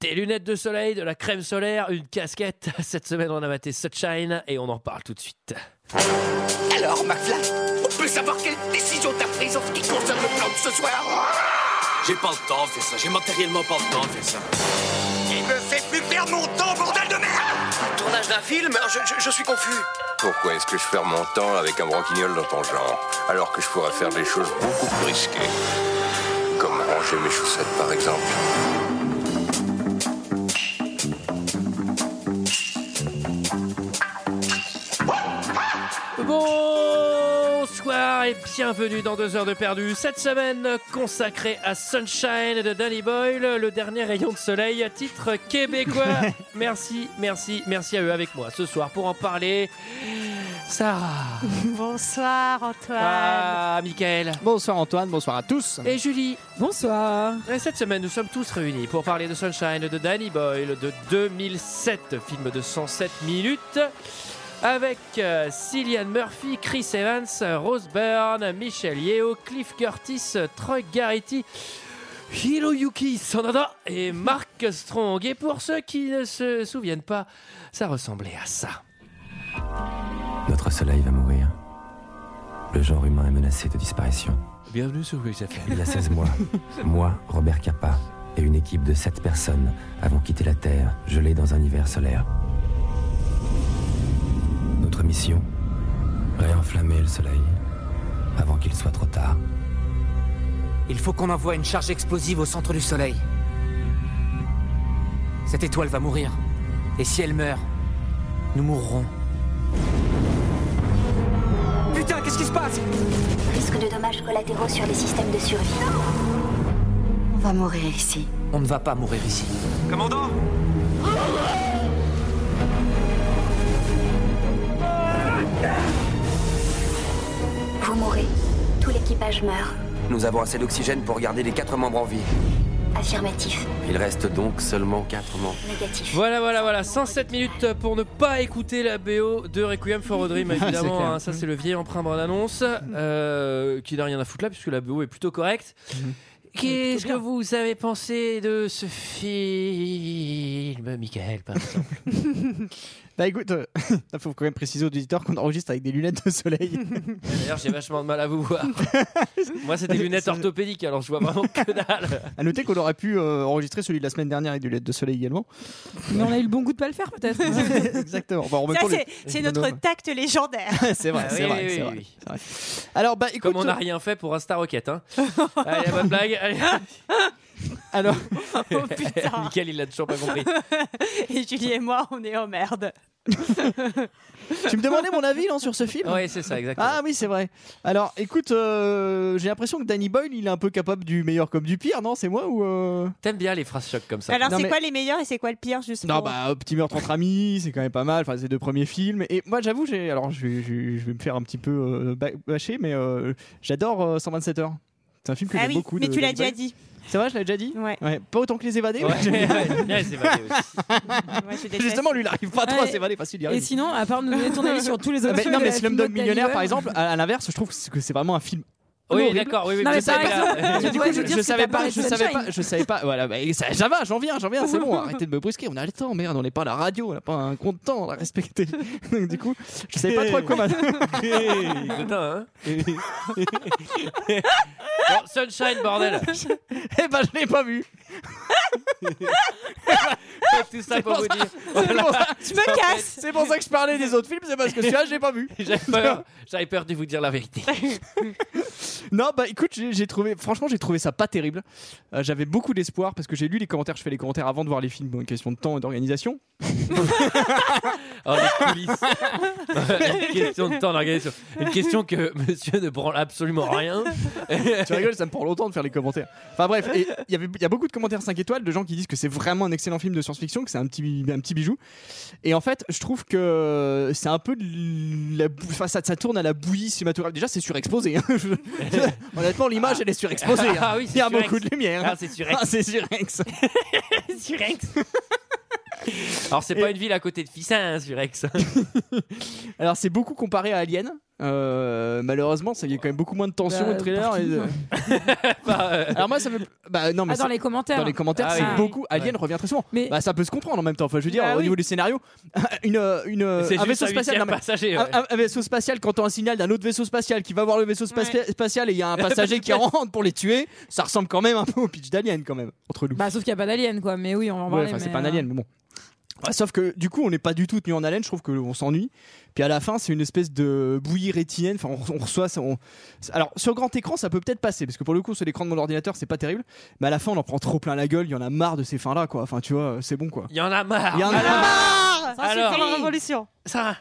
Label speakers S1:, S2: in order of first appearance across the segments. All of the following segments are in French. S1: Des lunettes de soleil, de la crème solaire, une casquette. Cette semaine, on a maté Sunshine et on en parle tout de suite.
S2: Alors, McFly, on peut savoir quelle décision t'as prise en ce qui concerne le plan de ce soir
S3: J'ai pas le temps de faire ça, j'ai matériellement pas le temps de faire ça.
S2: Il me fait plus perdre mon temps, bordel de merde
S4: Tournage d'un film je, je- je suis confus.
S5: Pourquoi est-ce que je perds mon temps avec un broquignol dans ton genre, alors que je pourrais faire des choses beaucoup plus risquées Comme ranger mes chaussettes, par exemple.
S1: Bonsoir et bienvenue dans 2 heures de perdu. Cette semaine consacrée à Sunshine de Danny Boyle, le dernier rayon de soleil à titre québécois. merci, merci, merci à eux avec moi ce soir pour en parler. Sarah,
S6: Bonsoir Antoine.
S1: ah, Michael
S7: Bonsoir Antoine, bonsoir à tous.
S1: et Julie.
S7: Bonsoir.
S1: Et cette semaine, nous sommes tous réunis pour parler de Sunshine de Danny Boyle de 2007, film de 107 minutes, avec euh, Cillian Murphy, Chris Evans, Rose Byrne, Michel Yeo, Cliff Curtis, Troy Garrity. Hiroyuki Sanada et Mark Strong. Et pour ceux qui ne se souviennent pas, ça ressemblait à ça.
S8: Notre soleil va mourir. Le genre humain est menacé de disparition.
S1: Bienvenue sur Wix FM.
S8: Il y a 16 mois, moi, Robert Capa, et une équipe de 7 personnes avons quitté la Terre, gelée dans un hiver solaire. Notre mission Réenflammer le soleil avant qu'il soit trop tard.
S9: Il faut qu'on envoie une charge explosive au centre du Soleil. Cette étoile va mourir. Et si elle meurt, nous mourrons. Putain, qu'est-ce qui se passe
S10: Risque de dommages collatéraux sur les systèmes de survie. On va mourir ici.
S9: On ne va pas mourir ici.
S3: Commandant
S10: Vous mourrez. Tout l'équipage meurt.
S8: Nous avons assez d'oxygène pour garder les 4 membres en vie.
S10: Affirmatif.
S8: Il reste donc seulement 4 membres.
S10: Négatif.
S1: Voilà, voilà, voilà, 107 minutes pour ne pas écouter la BO de Requiem for a Dream, évidemment.
S7: clair.
S1: hein, ça, c'est le vieil emprunt bande-annonce, euh, qui n'a rien à foutre là, puisque la BO est plutôt correcte. Qu'est-ce que vous avez pensé de ce film, Michael, par exemple
S7: Bah écoute, euh, il faut quand même préciser aux auditeurs qu'on enregistre avec des lunettes de soleil.
S1: D'ailleurs, j'ai vachement de mal à vous voir. Moi, c'est des lunettes orthopédiques, alors je vois vraiment que dalle.
S7: à noter qu'on aurait pu euh, enregistrer celui de la semaine dernière avec des lunettes de soleil également.
S11: Mais on a eu le bon goût de pas le faire peut-être. hein.
S7: Exactement. Enfin, en même
S6: Ça,
S7: temps,
S6: c'est,
S7: les-
S6: c'est
S7: les
S6: notre
S7: bonhommes.
S6: tact légendaire.
S7: c'est vrai,
S1: Ah
S7: c'est
S1: oui,
S7: vrai,
S1: oui,
S7: c'est
S1: oui,
S7: vrai,
S1: oui.
S7: c'est vrai. Alors bah écoute,
S1: Comme on n'a rien fait pour Insta Rocket. Hein. Allez, la bonne blague. Allez.
S7: alors
S6: Oh putain.
S1: Michael, il l'a toujours pas compris.
S6: Et Julie et moi, on est en merde.
S7: tu me demandais mon avis non, sur ce film.
S1: Oui, c'est ça, exactement.
S7: Ah oui, c'est vrai. Alors écoute, euh, j'ai l'impression que Danny Boyle, il est un peu capable du meilleur comme du pire, non C'est moi ou euh
S1: T'aimes bien les phrases chocs comme ça.
S6: Alors,
S7: Non,
S6: c'est
S7: mais-
S6: quoi les meilleurs et c'est quoi le pire juste
S7: Non,
S6: pour-
S7: bah, Petit meurtre entre amis, c'est quand même pas mal. Enfin, c'est deux premiers films. Et moi, j'avoue, j'ai. Alors, je, vais- je vais- je vais me faire un petit peu euh, ba- bâcher, mais euh, j'adore euh, 127 heures. C'est un film que
S6: Ah
S7: j'aime
S6: oui,
S7: beaucoup.
S6: mais
S7: de
S6: tu l'as
S7: Danny
S6: déjà
S7: Boyle.
S6: dit.
S7: C'est vrai, je l'ai déjà dit
S6: Ouais.
S7: Pas autant que Les Évadés.
S1: Ouais,
S7: mais-
S1: ouais, ouais, c'est vrai aussi.
S6: Moi, je déteste.
S7: Justement, lui, il arrive pas trop à
S11: Ouais.
S7: s'évader parce qu'il y
S11: Et
S7: arrive.
S11: sinon, à part nous donner ton avis sur tous les
S7: Ah,
S11: autres
S7: mais-
S11: films
S7: non,
S11: de
S7: mais
S11: la
S7: Slumdog
S11: filmo de
S7: Millionnaire,
S11: Danny
S7: par
S11: Boyle.
S7: exemple, à à l'inverse, je trouve que c'est- que c'est vraiment un film.
S1: Oui,
S7: horrible.
S1: d'accord, oui, oui,
S11: Non,
S1: mais
S11: mais
S1: je sais
S11: par
S1: euh, pas.
S11: exemple-
S7: Mais du
S11: Ouais,
S7: coup,
S11: je
S7: je,
S11: veux dire,
S7: je
S11: c'est
S7: savais
S11: pas
S7: pas,
S11: Paris
S7: je savais
S11: Sunshine.
S7: pas, je savais pas. Voilà, mais ça- j'en viens, j'en viens, j'en viens, c'est bon. Arrêtez de me brusquer, on a le temps, merde, on n'est pas à la radio, on n'a pas un compte temps à respecter. Donc, du coup, je savais pas trop à quoi m'attendre.
S1: Putain, hein. Bon, Sunshine, bordel.
S7: Eh ben, je l'ai pas vu.
S1: Tout ça pour vous dire.
S7: C'est pour ça-
S6: Je me casse.
S7: C'est pour ça que je parlais des autres films, c'est parce que celui-là, je l'ai pas vu.
S1: J'avais peur, j'avais peur de vous dire la vérité.
S7: Non, bah écoute, j'ai j'ai trouvé, franchement, j'ai trouvé ça pas terrible. Euh, J'avais beaucoup d'espoir parce que j'ai lu les commentaires, je fais les commentaires avant de voir les films, bon, une question de temps et d'organisation.
S1: Oh, les coulisses. Une question de temps d'organisation. Une question que monsieur ne branle absolument rien.
S7: tu rigoles, ça me prend longtemps de faire les commentaires. Enfin bref, et il y avait- il y a beaucoup de commentaires 5 étoiles de gens qui disent que c'est vraiment un excellent film de science-fiction, que c'est un petit, un petit bijou. Et en fait, je trouve que c'est un peu de la bou- enfin, ça, ça tourne à la bouillie cinématographique. Déjà, c'est surexposé. hein. Je- Honnêtement, l'image, elle est surexposée. hein.
S1: Ah oui, c'est
S7: Il y a
S1: surex.
S7: beaucoup de lumière.
S1: Ah, c'est surex.
S7: Ah, c'est surex.
S1: Surex. Alors, c'est pas une ville à côté de Fissin, hein, Surex.
S7: Alors, c'est beaucoup comparé à Alien. Euh, malheureusement, ça y a quand même beaucoup moins de tension
S11: Bah,
S7: au trailer.
S11: par
S7: et
S11: qui
S7: de- Alors moi, ça me. Bah, non, mais
S11: Ah, dans
S7: ça-
S11: les commentaires.
S7: Dans les commentaires,
S11: Ah
S7: c'est
S11: oui.
S7: beaucoup. Alien revient très souvent.
S11: Mais-
S7: Bah, ça peut se comprendre en même temps. Enfin, je veux dire,
S11: Bah
S7: au
S11: oui.
S7: niveau du scénario, une, euh, une, euh,
S1: C'est
S7: un
S1: juste
S7: vaisseau
S1: un
S7: spatial.
S1: huitième
S7: mais-
S1: passager,
S7: un-
S1: ouais.
S7: un, un vaisseau spatial, quand on a un signal d'un autre vaisseau spatial qui va voir le vaisseau spatia- spatial et il y a un passager qui rentre pour les tuer, ça ressemble quand même un peu au pitch d'Alien, quand même, entre nous.
S11: Bah, sauf qu'il n'y a pas d'alien, quoi. Mais oui, on va en
S7: Ouais,
S11: parler.
S7: enfin, c'est
S11: mais,
S7: pas un
S11: euh,
S7: alien, mais bon. Ouais, Sauf que du coup, on n'est pas du tout tenu en haleine, je trouve qu'on s'ennuie. Puis à la fin, c'est une espèce de bouillie rétinienne. Enfin, on, on reçoit ça. on- Alors, sur grand écran, ça peut peut-être passer, parce que pour le coup, sur l'écran de mon ordinateur, c'est pas terrible. Mais à la fin, on en prend trop plein la gueule. Il y en a marre de ces fins-là, quoi. Enfin, tu vois, c'est bon, quoi.
S1: Il y en a marre.
S7: Il y en a
S6: marre
S1: Ça, c'est Alors- pour la
S6: révolution.
S1: Ça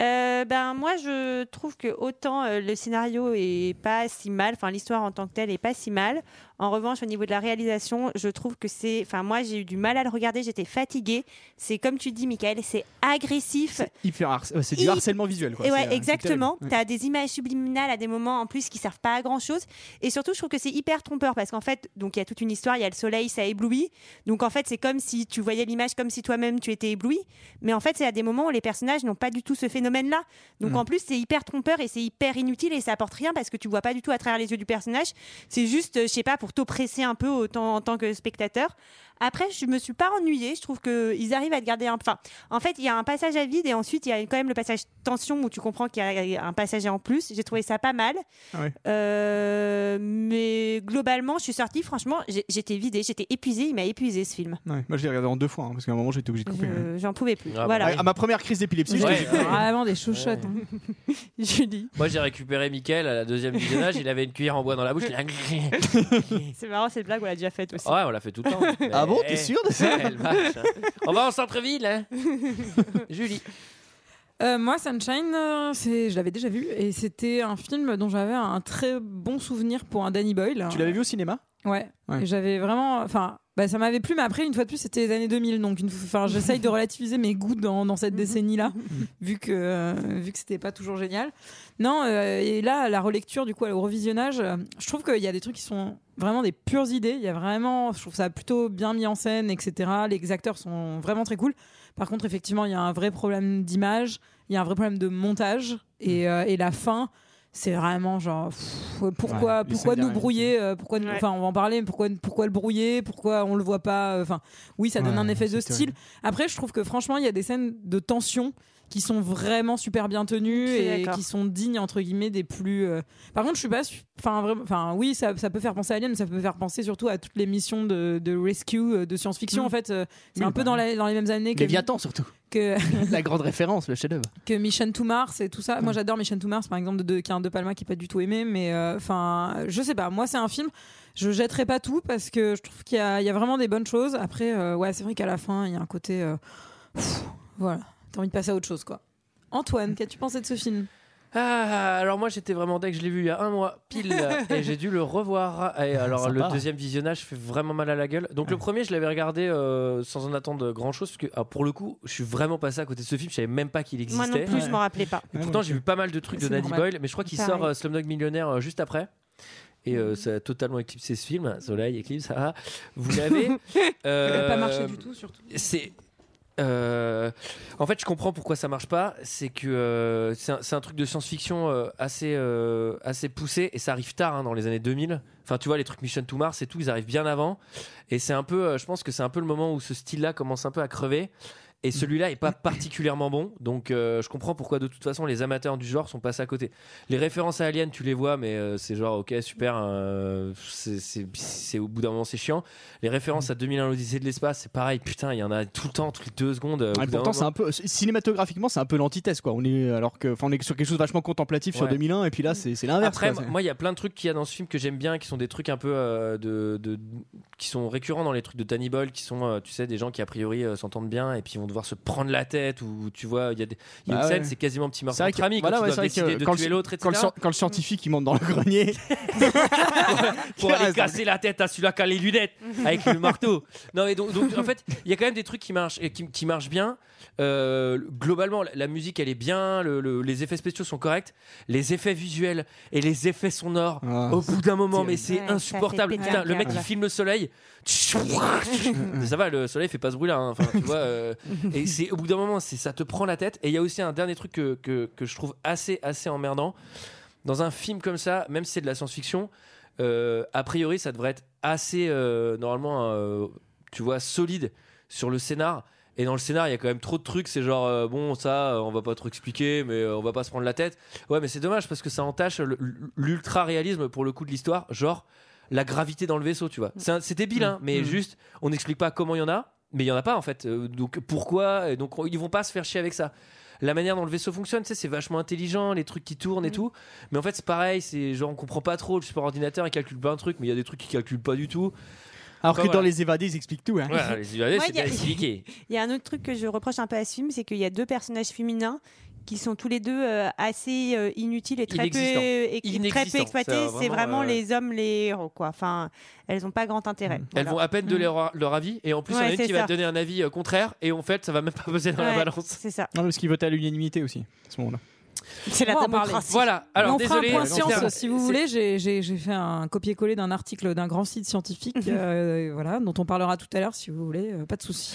S6: ben moi je trouve que autant euh, le scénario est pas si mal, enfin l'histoire en tant que telle est pas si mal. En revanche au niveau de la réalisation, je trouve que c'est, enfin moi j'ai eu du mal à le regarder, j'étais fatiguée. C'est comme tu dis, Michael, c'est agressif.
S7: Hyper harc- euh, C'est du
S6: Hi-
S7: harcèlement visuel, quoi.
S6: Et
S7: C'est, euh,
S6: ouais,
S7: c'est
S6: exactement.
S7: terrible.
S6: Tu as des images subliminales à des moments en plus qui servent pas à grand chose. Et surtout, je trouve que c'est hyper trompeur parce qu'en fait, donc il y a toute une histoire, il y a le soleil, ça éblouit. Donc en fait, c'est comme si tu voyais l'image comme si toi-même tu étais ébloui. Mais en fait, c'est à des moments où les personnages n'ont pas du tout ce phénomène-là. Donc
S11: Mm.
S6: en plus, c'est hyper trompeur et c'est hyper inutile et ça apporte rien parce que tu vois pas du tout à travers les yeux du personnage. C'est juste, euh, je sais pas, pour t'oppresser un peu autant, en tant que spectateur. Après, je me suis pas ennuyée. Je trouve qu'ils arrivent à te garder un. Enfin, en fait, il y a un passage à vide et ensuite il y a quand même le passage tension où tu comprends qu'il y a un passage en plus. J'ai trouvé ça pas mal.
S7: Ah ouais.
S6: Euh, mais globalement, je suis sortie. Franchement, j'ai- j'étais vidée, j'étais épuisée. Il m'a épuisé ce film.
S7: Ouais, Moi, je l'ai regardé en deux fois, hein, parce qu'à un moment, j'étais obligé de couper.
S6: Je- J'en pouvais plus.
S1: Ah bah.
S6: voilà.
S7: À, à ma première crise d'épilepsie, je
S1: Ouais.
S7: l'ai dit.
S11: Vraiment des chouchottes. Julie.
S1: Moi j'ai récupéré Mickaël à la deuxième visionnage, il avait une cuillère en bois dans la bouche. il a- Ouais,
S6: C'est marrant cette blague, on l'a déjà faite aussi.
S1: on l'a fait tout le temps.
S7: Ah bon,
S1: Mais-
S7: t'es sûr de ça
S1: Elle marche, hein. On va en centre-ville, hein. Julie.
S11: Euh, moi, Sunshine, euh, c'est, je l'avais déjà vu et c'était un film dont j'avais un très bon souvenir pour un Danny Boyle.
S7: Tu l'avais vu au cinéma
S11: Ouais.
S7: Ouais.
S11: Et j'avais vraiment, enfin, bah, ça m'avait plu, mais après, une fois de plus, c'était les années 2000, donc une, enfin, j'essaye de relativiser mes goûts dans, dans cette décennie-là, vu que euh, vu que c'était pas toujours génial. Non, euh, et là, la relecture, du coup, au revisionnage, euh, je trouve qu'il y a des trucs qui sont vraiment des pures idées. Il y a vraiment, je trouve ça plutôt bien mis en scène, etc. Les acteurs sont vraiment très cool. Par contre, effectivement, il y a un vrai problème d'image, il y a un vrai problème de montage et, euh, et la fin. C'est vraiment genre pff, Euh, pourquoi
S7: Ouais, les
S11: pourquoi
S7: scènes
S11: nous
S7: derrière.
S11: brouiller euh, pourquoi nous-
S6: Ouais.
S11: enfin on va en parler mais pourquoi pourquoi le brouiller pourquoi on le voit pas euh, enfin oui ça donne
S7: Ouais,
S11: un effet de
S7: c'est
S11: style après je trouve que franchement il y a des scènes de tension qui sont vraiment super bien tenues
S6: Je suis
S11: et
S6: d'accord.
S11: qui sont dignes entre guillemets des plus euh, par contre je suis pas su- enfin vraiment enfin oui ça, ça peut faire penser à Alien mais ça peut faire penser surtout à toutes les missions de, de rescue euh, de science-fiction
S7: Mm.
S11: en fait euh, c'est
S7: Oui,
S11: un peu
S7: bah
S11: dans,
S7: oui.
S11: la- dans les mêmes années que
S7: Léviathan, surtout.
S11: que
S7: La grande référence, le chef-d'œuvre.
S1: Euh,
S11: que Mission to Mars et tout ça. Moi, j'adore Mission to Mars, par exemple, de, de, qui est un De Palma qui est pas du tout aimé, mais euh, enfin, je sais pas. Moi, c'est un film. Je jetterai pas tout parce que je trouve qu'il y, a il y a vraiment des bonnes choses. Après, euh, ouais, c'est vrai qu'à la fin, il y a un côté. euh, pff, voilà, t'as envie de passer à autre chose, quoi. Antoine,
S6: Mm.
S11: qu'as-tu pensé de ce film
S1: Ah, alors moi j'étais vraiment dès que je l'ai vu il y a un mois pile et j'ai dû le revoir. Et alors
S7: Sympa.
S1: le deuxième visionnage fait vraiment mal à la gueule. Donc le premier je l'avais regardé euh, sans en attendre grand chose parce que alors, pour le coup je suis vraiment passé à côté de ce film. Je savais même pas qu'il
S6: Moi
S1: existait.
S6: non plus, je m'en rappelais pas.
S1: Et pourtant j'ai vu pas mal de trucs de
S11: C'est
S1: Danny
S11: normal.
S1: Boyle, mais je crois qu'il
S6: Pareil.
S1: sort euh, Slumdog Millionnaire euh, juste après. Et
S11: Mm.
S1: euh, ça a totalement éclipsé ce film. Soleil, éclipse, ah, ah. vous l'avez.
S11: Il
S1: Euh,
S11: a pas marché du tout, surtout.
S1: c'est euh, en fait, je comprends pourquoi ça marche pas. C'est que euh, c'est un, c'est un truc de science-fiction euh, assez, euh, assez poussé et ça arrive tard hein, dans les années 2000. Enfin, tu vois, les trucs Mission to Mars et tout, ils arrivent bien avant. Et c'est un peu, euh, je pense que c'est un peu le moment où ce style-là commence un peu à crever. Et celui-là est pas
S7: Mm.
S1: particulièrement bon, donc euh, je comprends pourquoi de toute façon les amateurs du genre sont passés à côté. Les références à Alien, tu les vois, mais euh, c'est genre ok super, euh, c'est- c'est c'est- au bout d'un moment c'est chiant. Les
S7: Mm.
S1: références à 2001 l'Odyssée de l'espace, c'est pareil, putain, il y en a tout le temps, toutes les deux secondes. euh, au
S7: Ouais,
S1: bout d'un
S7: pourtant, c'est
S1: moment.
S7: un peu cinématographiquement, c'est un peu l'antithèse quoi. On est alors que, enfin, on est sur quelque chose de vachement contemplatif sur
S1: Ouais.
S7: 2001 et puis là, c'est c'est l'inverse.
S1: Après,
S7: quoi. C'est-
S1: moi, il y a plein de trucs qu'il y a dans ce film que j'aime bien, qui sont des trucs un peu euh, de, de- qui sont récurrents dans les trucs de Danny Boyle, qui sont, euh, tu sais, des gens qui a priori euh, s'entendent bien et puis vont devoir se prendre la tête ou tu vois, il y a, des, il y a
S7: Bah
S1: une scène,
S7: ouais.
S1: c'est quasiment petit meurtre
S7: C'est vrai
S1: entre
S7: que-
S1: amis quand
S7: voilà,
S1: tu
S7: ouais,
S1: dois
S7: c'est vrai que
S1: décider de
S7: quand le
S1: tuer
S7: sci-
S1: l'autre,
S7: Quand,
S1: etc.
S7: le sci- quand le scientifique il monte dans le grenier,
S1: pour aller casser la tête à celui-là qui a les lunettes avec le marteau. Non, mais donc, donc, en fait, il y a quand même des trucs qui marchent et qui, qui marchent bien. Euh, globalement, la- la musique elle est bien, le- le- les effets spéciaux sont corrects, les effets visuels et les effets sonores.
S7: Ah.
S1: Au bout d'un moment, mais
S6: terrible.
S1: c'est
S6: Ouais, ça
S1: insupportable.
S6: fait péter
S1: Putain,
S6: un
S1: le mec
S6: câble.
S1: qui filme le soleil. Ça va, le soleil fait pas ce bruit-là. hein. Enfin, tu vois, euh, et c'est au bout d'un moment, c'est ça te prend la tête. Et il y a aussi un dernier truc que, que, que je trouve assez assez emmerdant dans un film comme ça, même si c'est de la science-fiction. euh, a priori, ça devrait être assez euh, normalement, euh, tu vois, solide sur le scénar. Et dans le scénar, il y a quand même trop de trucs. C'est genre, euh, bon, ça, euh, on va pas trop expliquer, mais euh, on va pas se prendre la tête. Ouais, mais c'est dommage parce que ça entache le- l'ultra réalisme pour le coup de l'histoire. Genre, la gravité dans le vaisseau, tu vois. C'est un- c'est débile, hein, mais
S6: Mm.
S1: juste, on n'explique pas comment il y en a, mais il y en a pas en fait. Euh, donc pourquoi Et Donc on- ils vont pas se faire chier avec ça. La manière dont le vaisseau fonctionne, tu sais, c'est vachement intelligent, les trucs qui
S6: Mm.
S1: tournent et tout. Mais en fait, c'est pareil, c'est genre on comprend pas trop. Le super ordinateur, il calcule plein de trucs, mais il y a des trucs qu'il calcule pas du tout.
S7: Alors que
S1: Enfin,
S7: dans
S1: Bah voilà.
S7: les évadés, ils expliquent tout. Hein.
S1: Ouais, les évadés,
S6: Moi,
S1: c'est
S6: il y a-
S1: bien expliqué.
S6: Il y a un autre truc que je reproche un peu à ce film, c'est qu'il y a deux personnages féminins qui sont tous les deux euh, assez euh, inutiles et très peu,
S1: Inexistants.
S6: et qui- très peu
S1: Inexistants. Ça,
S6: exploités.
S1: vraiment,
S6: C'est vraiment
S1: euh, Mm.
S6: les hommes, les héros. Quoi. Enfin, elles n'ont pas grand intérêt.
S1: Elles vont à peine donner leur, leur avis et en plus, il y en
S6: Mm. Ouais,
S1: a une
S6: c'est
S1: qui va
S6: ça.
S1: donner un avis euh, contraire et en fait, ça va même pas peser dans la
S6: Ouais,
S1: balance.
S6: C'est ça.
S7: Non, parce qu'ils votent à l'unanimité aussi, à ce moment-là.
S6: C'est la
S11: On va en parler.
S6: démocratie.
S1: Voilà, alors
S11: on fera
S1: désolé.
S11: un point
S1: on termine.
S11: science, si vous
S1: C'est-
S11: voulez. J'ai- J'ai j'ai fait un copier-coller d'un article d'un grand site scientifique,
S9: Mhm.
S11: euh, voilà, dont on parlera tout à l'heure, si vous voulez. euh, pas de souci.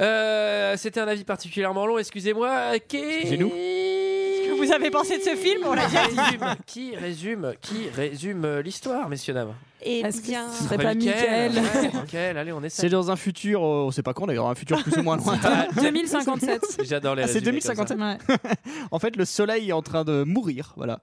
S1: Euh, C'était un avis particulièrement long, excusez-moi.
S7: Excusez-nous.
S1: Qu'est-ce
S6: que vous avez pensé de ce film On l'a déjà dit.
S1: Qui résume, qui résume euh, l'histoire, messieurs, dames
S6: Et
S11: Est-ce que
S6: bien,
S11: ce serait pas Michael
S1: Ouais, Michael, allez, on
S7: C'est
S1: essaie. Ah,
S7: dans un futur, euh, on sait pas quand d'ailleurs, un futur plus ou moins lointain.
S11: 2057.
S1: J'adore les
S7: Ah, c'est
S1: résumés comme ça.
S7: 2057.
S11: Ouais.
S7: En fait, le soleil est en train de mourir, voilà.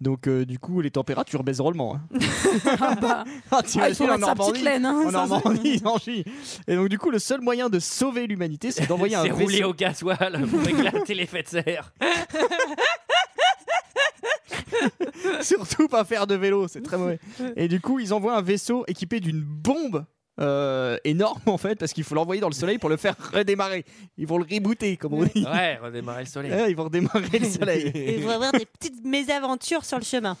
S7: Donc, euh, du coup, les températures baissent drôlement. hein.
S11: Ah bah,
S7: Ah,
S11: ah, il
S7: t'imagines,
S11: faut mettre sa petite laine. hein,
S7: en
S11: ça, ça-
S7: Normandie, en Chine. Et donc, du coup, le seul moyen de sauver l'humanité, c'est d'envoyer un
S1: C'est roulé
S7: vaisseau.
S1: au gasoil pour éclater l'effet de serre.
S7: Surtout pas faire de vélo, c'est très mauvais. Et du coup, ils envoient un vaisseau équipé d'une bombe. euh, énorme en fait parce qu'il faut l'envoyer dans le soleil pour le faire redémarrer ils vont le rebooter comme on dit
S1: Ouais, redémarrer le soleil.
S7: Ouais, ils vont redémarrer le soleil
S6: Et vous avoir des petites mésaventures sur le chemin.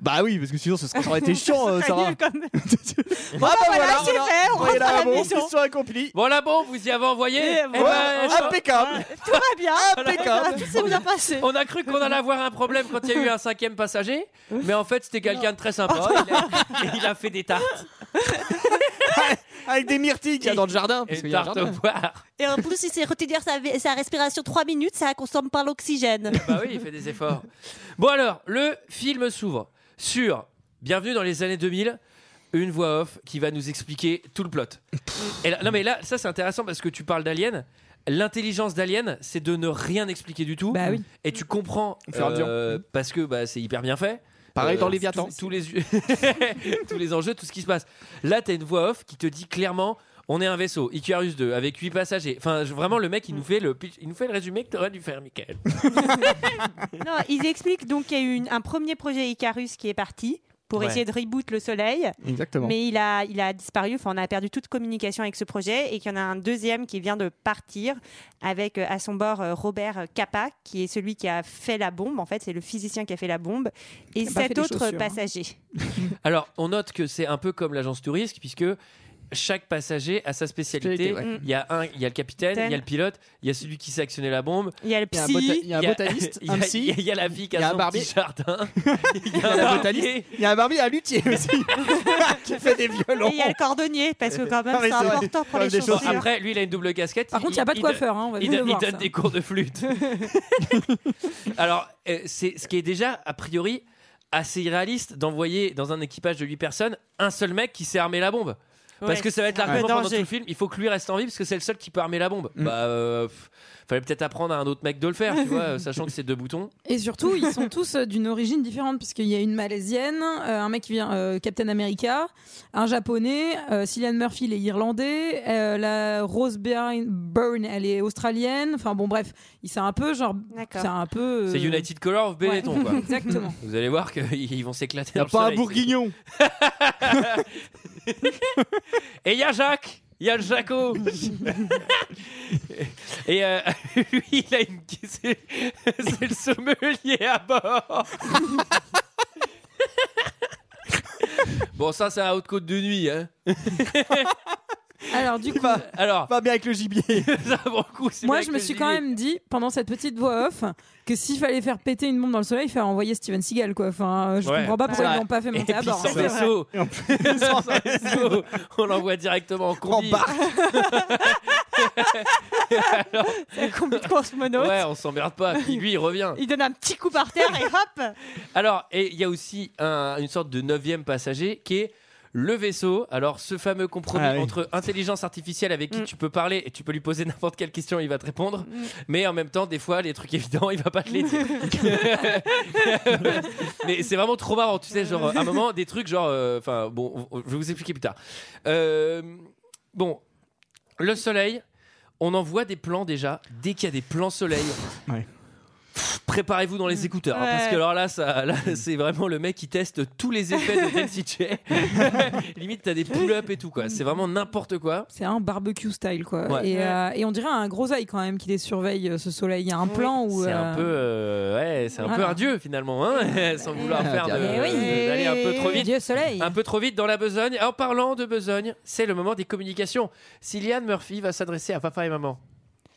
S7: bah oui parce que sinon ce serait, ça aurait été chiant euh,
S6: Ça
S7: Sarah
S6: nul comme-
S7: ah
S6: bah voilà, c'est fait, on
S7: Voilà,
S6: rentre à la
S7: bon,
S6: maison.
S7: mission accomplie
S1: Bon, la bombe, vous y avez envoyé
S6: Et
S1: Eh ben,
S7: Ouais,
S1: je-
S7: impeccable
S6: Tout va bien.
S7: Impeccable.
S6: Tout s'est bien passé.
S1: On a cru qu'on allait avoir un problème quand il y a eu un cinquième passager, mais en fait c'était quelqu'un de très sympa. Il a, il a fait des tartes,
S7: avec des myrtilles qu'il y a dans le jardin parce
S1: et
S7: qu'il y a un
S1: tartes au
S7: jardin.
S1: poire.
S6: Et en plus, il sait retenir sa, sa respiration 3 minutes, ça consomme pas l'oxygène.
S1: Bah oui, il fait des efforts. Bon alors, le film s'ouvre sur Bienvenue dans les années 2000, une voix off qui va nous expliquer tout le plot. Et là- non mais là, ça c'est intéressant parce que tu parles d'Alien. L'intelligence d'Alien, c'est de ne rien expliquer du tout.
S11: Bah oui.
S1: Et tu comprends
S7: Au fur et à mesure.
S1: euh, parce que bah, c'est hyper bien fait.
S7: pareil
S1: Euh,
S7: dans Léviathan
S1: Tous, tous les, tous les enjeux, tout ce qui se passe. Là, t'as une voix off qui te dit clairement on est un vaisseau, Icarus 2, avec 8 passagers. Enfin, je- vraiment, le mec, il nous fait le, pitch- il nous fait le résumé que t'aurais dû faire, Michael.
S6: Non, ils expliquent donc qu'il y a eu une- un premier projet Icarus qui est parti pour
S1: Ouais.
S6: essayer de reboot le Soleil,
S7: exactement
S6: mais il a, il a disparu, enfin on a perdu toute communication avec ce projet et qu'il y en a un deuxième qui vient de partir avec euh, à son bord euh, Robert Capa qui est celui qui a fait la bombe, en fait c'est le physicien qui a fait la bombe et
S11: Qui a pas fait
S6: cet
S11: les
S6: autre
S11: chaussures, hein.
S6: passager.
S1: Alors, on note que c'est un peu comme l'agence touriste, puisque chaque passager a sa spécialité.
S7: Spécialité,
S1: Il y a un, il y a le capitaine,
S6: Capitaine.
S1: il y a le pilote, il y a celui qui s'est actionné la bombe.
S6: Il y a le
S7: il y a un,
S6: psy,
S7: bota- il y a un
S1: il y a-
S7: botaniste
S1: il y a-
S7: un
S1: il y a,
S7: psy
S1: il y a la vie qui
S7: il y a
S1: a
S7: un
S1: son
S7: barbier.
S1: petit jardin. Il
S7: y a la
S1: barbier.
S7: il y a un barbier à luthier aussi qui fait des
S6: et
S7: violons
S6: il y a le cordonnier parce que quand même
S7: Ah, mais
S6: c'est
S7: c'est vrai.
S6: important pour
S7: Comme
S6: les
S7: des
S1: Bon,
S6: chaussures.
S1: après, lui, il a une double casquette.
S11: Par contre, il n'y a pas de
S1: donne-
S11: coiffeur. Hein, on va
S1: Il,
S11: bien
S1: donne-
S11: le
S1: il
S11: voir.
S1: donne
S11: ça.
S1: des cours de flûte. Alors, euh, c'est ce qui est déjà, a priori, assez irréaliste d'envoyer dans un équipage de 8 personnes un seul mec qui sait armer la bombe. Parce
S6: Ouais,
S1: que ça va être
S6: c'est un
S1: l'argument
S6: peu
S1: pendant tout
S6: danger.
S1: le film. Il faut que lui reste en vie parce que c'est le seul qui peut armer la bombe. Bah, euh, pff, fallait peut-être apprendre à un autre mec de le faire, tu vois, euh, sachant que c'est deux boutons.
S11: Et surtout, ils sont tous euh, d'une origine différente, puisqu'il y a une malaisienne, euh, un mec qui vient euh, Captain America, un japonais, euh, Cillian Murphy, il est irlandais, euh, la Rose Byrne, Byrne, elle est australienne. Enfin bon, bref, il c'est un peu genre.
S6: D'accord.
S11: C'est un peu. euh,
S1: C'est United Color of
S11: ouais.
S1: Benetton, quoi.
S11: Exactement.
S1: Vous allez voir qu'ils vont s'éclater.
S7: il n'y
S1: dans
S7: a
S1: le soleil.
S7: pas un bourguignon
S1: Et il y a Jacques Il y a le Jaco Et euh, lui, il a une. C'est c'est le sommelier à bord Bon, ça, c'est à haute côte de nuit. Hein.
S11: Alors du coup.
S7: va,
S1: Alors,
S7: va bien avec le gibier
S1: ça, pour le coup, c'est
S11: Moi,
S1: bien
S11: je
S1: que
S11: me suis
S1: j'y
S11: quand
S1: vais.
S11: même dit, pendant cette petite voix off, que s'il fallait faire péter une bombe dans le soleil, il fallait envoyer Steven Seagal, quoi. Enfin, euh, je
S1: Ouais.
S11: comprends pas pourquoi
S7: Ouais.
S11: ils l'ont pas fait
S1: Et
S11: monter à
S1: puis
S11: bord.
S1: sans
S11: hein.
S1: vaisseau,
S7: Et en plus,
S1: sans vaisseau, on l'envoie directement en
S7: en
S1: combi.
S7: barque
S6: C'est un combi de cosmonautes.
S1: Ouais, on s'emmerde pas. Puis lui, il revient.
S6: Il donne un petit coup par terre et hop
S1: Alors, et il y a aussi un- une sorte de neuvième passager qui est le vaisseau. Alors, ce fameux compromis
S7: Ah oui.
S1: entre intelligence artificielle avec qui
S6: Mm.
S1: tu peux parler et tu peux lui poser n'importe quelle question, il va te répondre. Mais en même temps, des fois, les trucs évidents, il va pas te les dire. Mais c'est vraiment trop marrant, tu sais, genre, à un moment, des trucs genre. euh, Enfin, bon, on- on- je vais vous expliquer plus tard. Euh, bon, le soleil, on en voit des plans déjà. Dès qu'il y a des plans soleil.
S7: Ouais.
S1: pff, Préparez-vous dans
S11: Mm.
S1: les écouteurs, hein, parce
S6: Ouais.
S1: que alors là, ça- là,
S7: Mm.
S1: c'est vraiment le mec qui teste tous les effets de Density. Limite, t'as des pull-ups et tout quoi. C'est vraiment n'importe quoi.
S11: C'est un barbecue style quoi.
S1: Ouais.
S11: Et, euh, et on dirait un gros œil quand même qui les surveille euh, ce soleil. Il y a un plan où
S1: C'est
S11: euh,
S1: un peu, euh, ouais, c'est un peu
S11: voilà.
S1: un dieu finalement, hein, sans vouloir
S7: Ah,
S1: faire de-
S7: bien.
S1: de-
S11: Eh oui.
S1: euh, d'aller un peu trop vite.
S11: Dieu soleil.
S1: Un peu trop vite dans la besogne. En parlant de besogne, c'est le moment des communications. Cillian Murphy va s'adresser à papa et maman.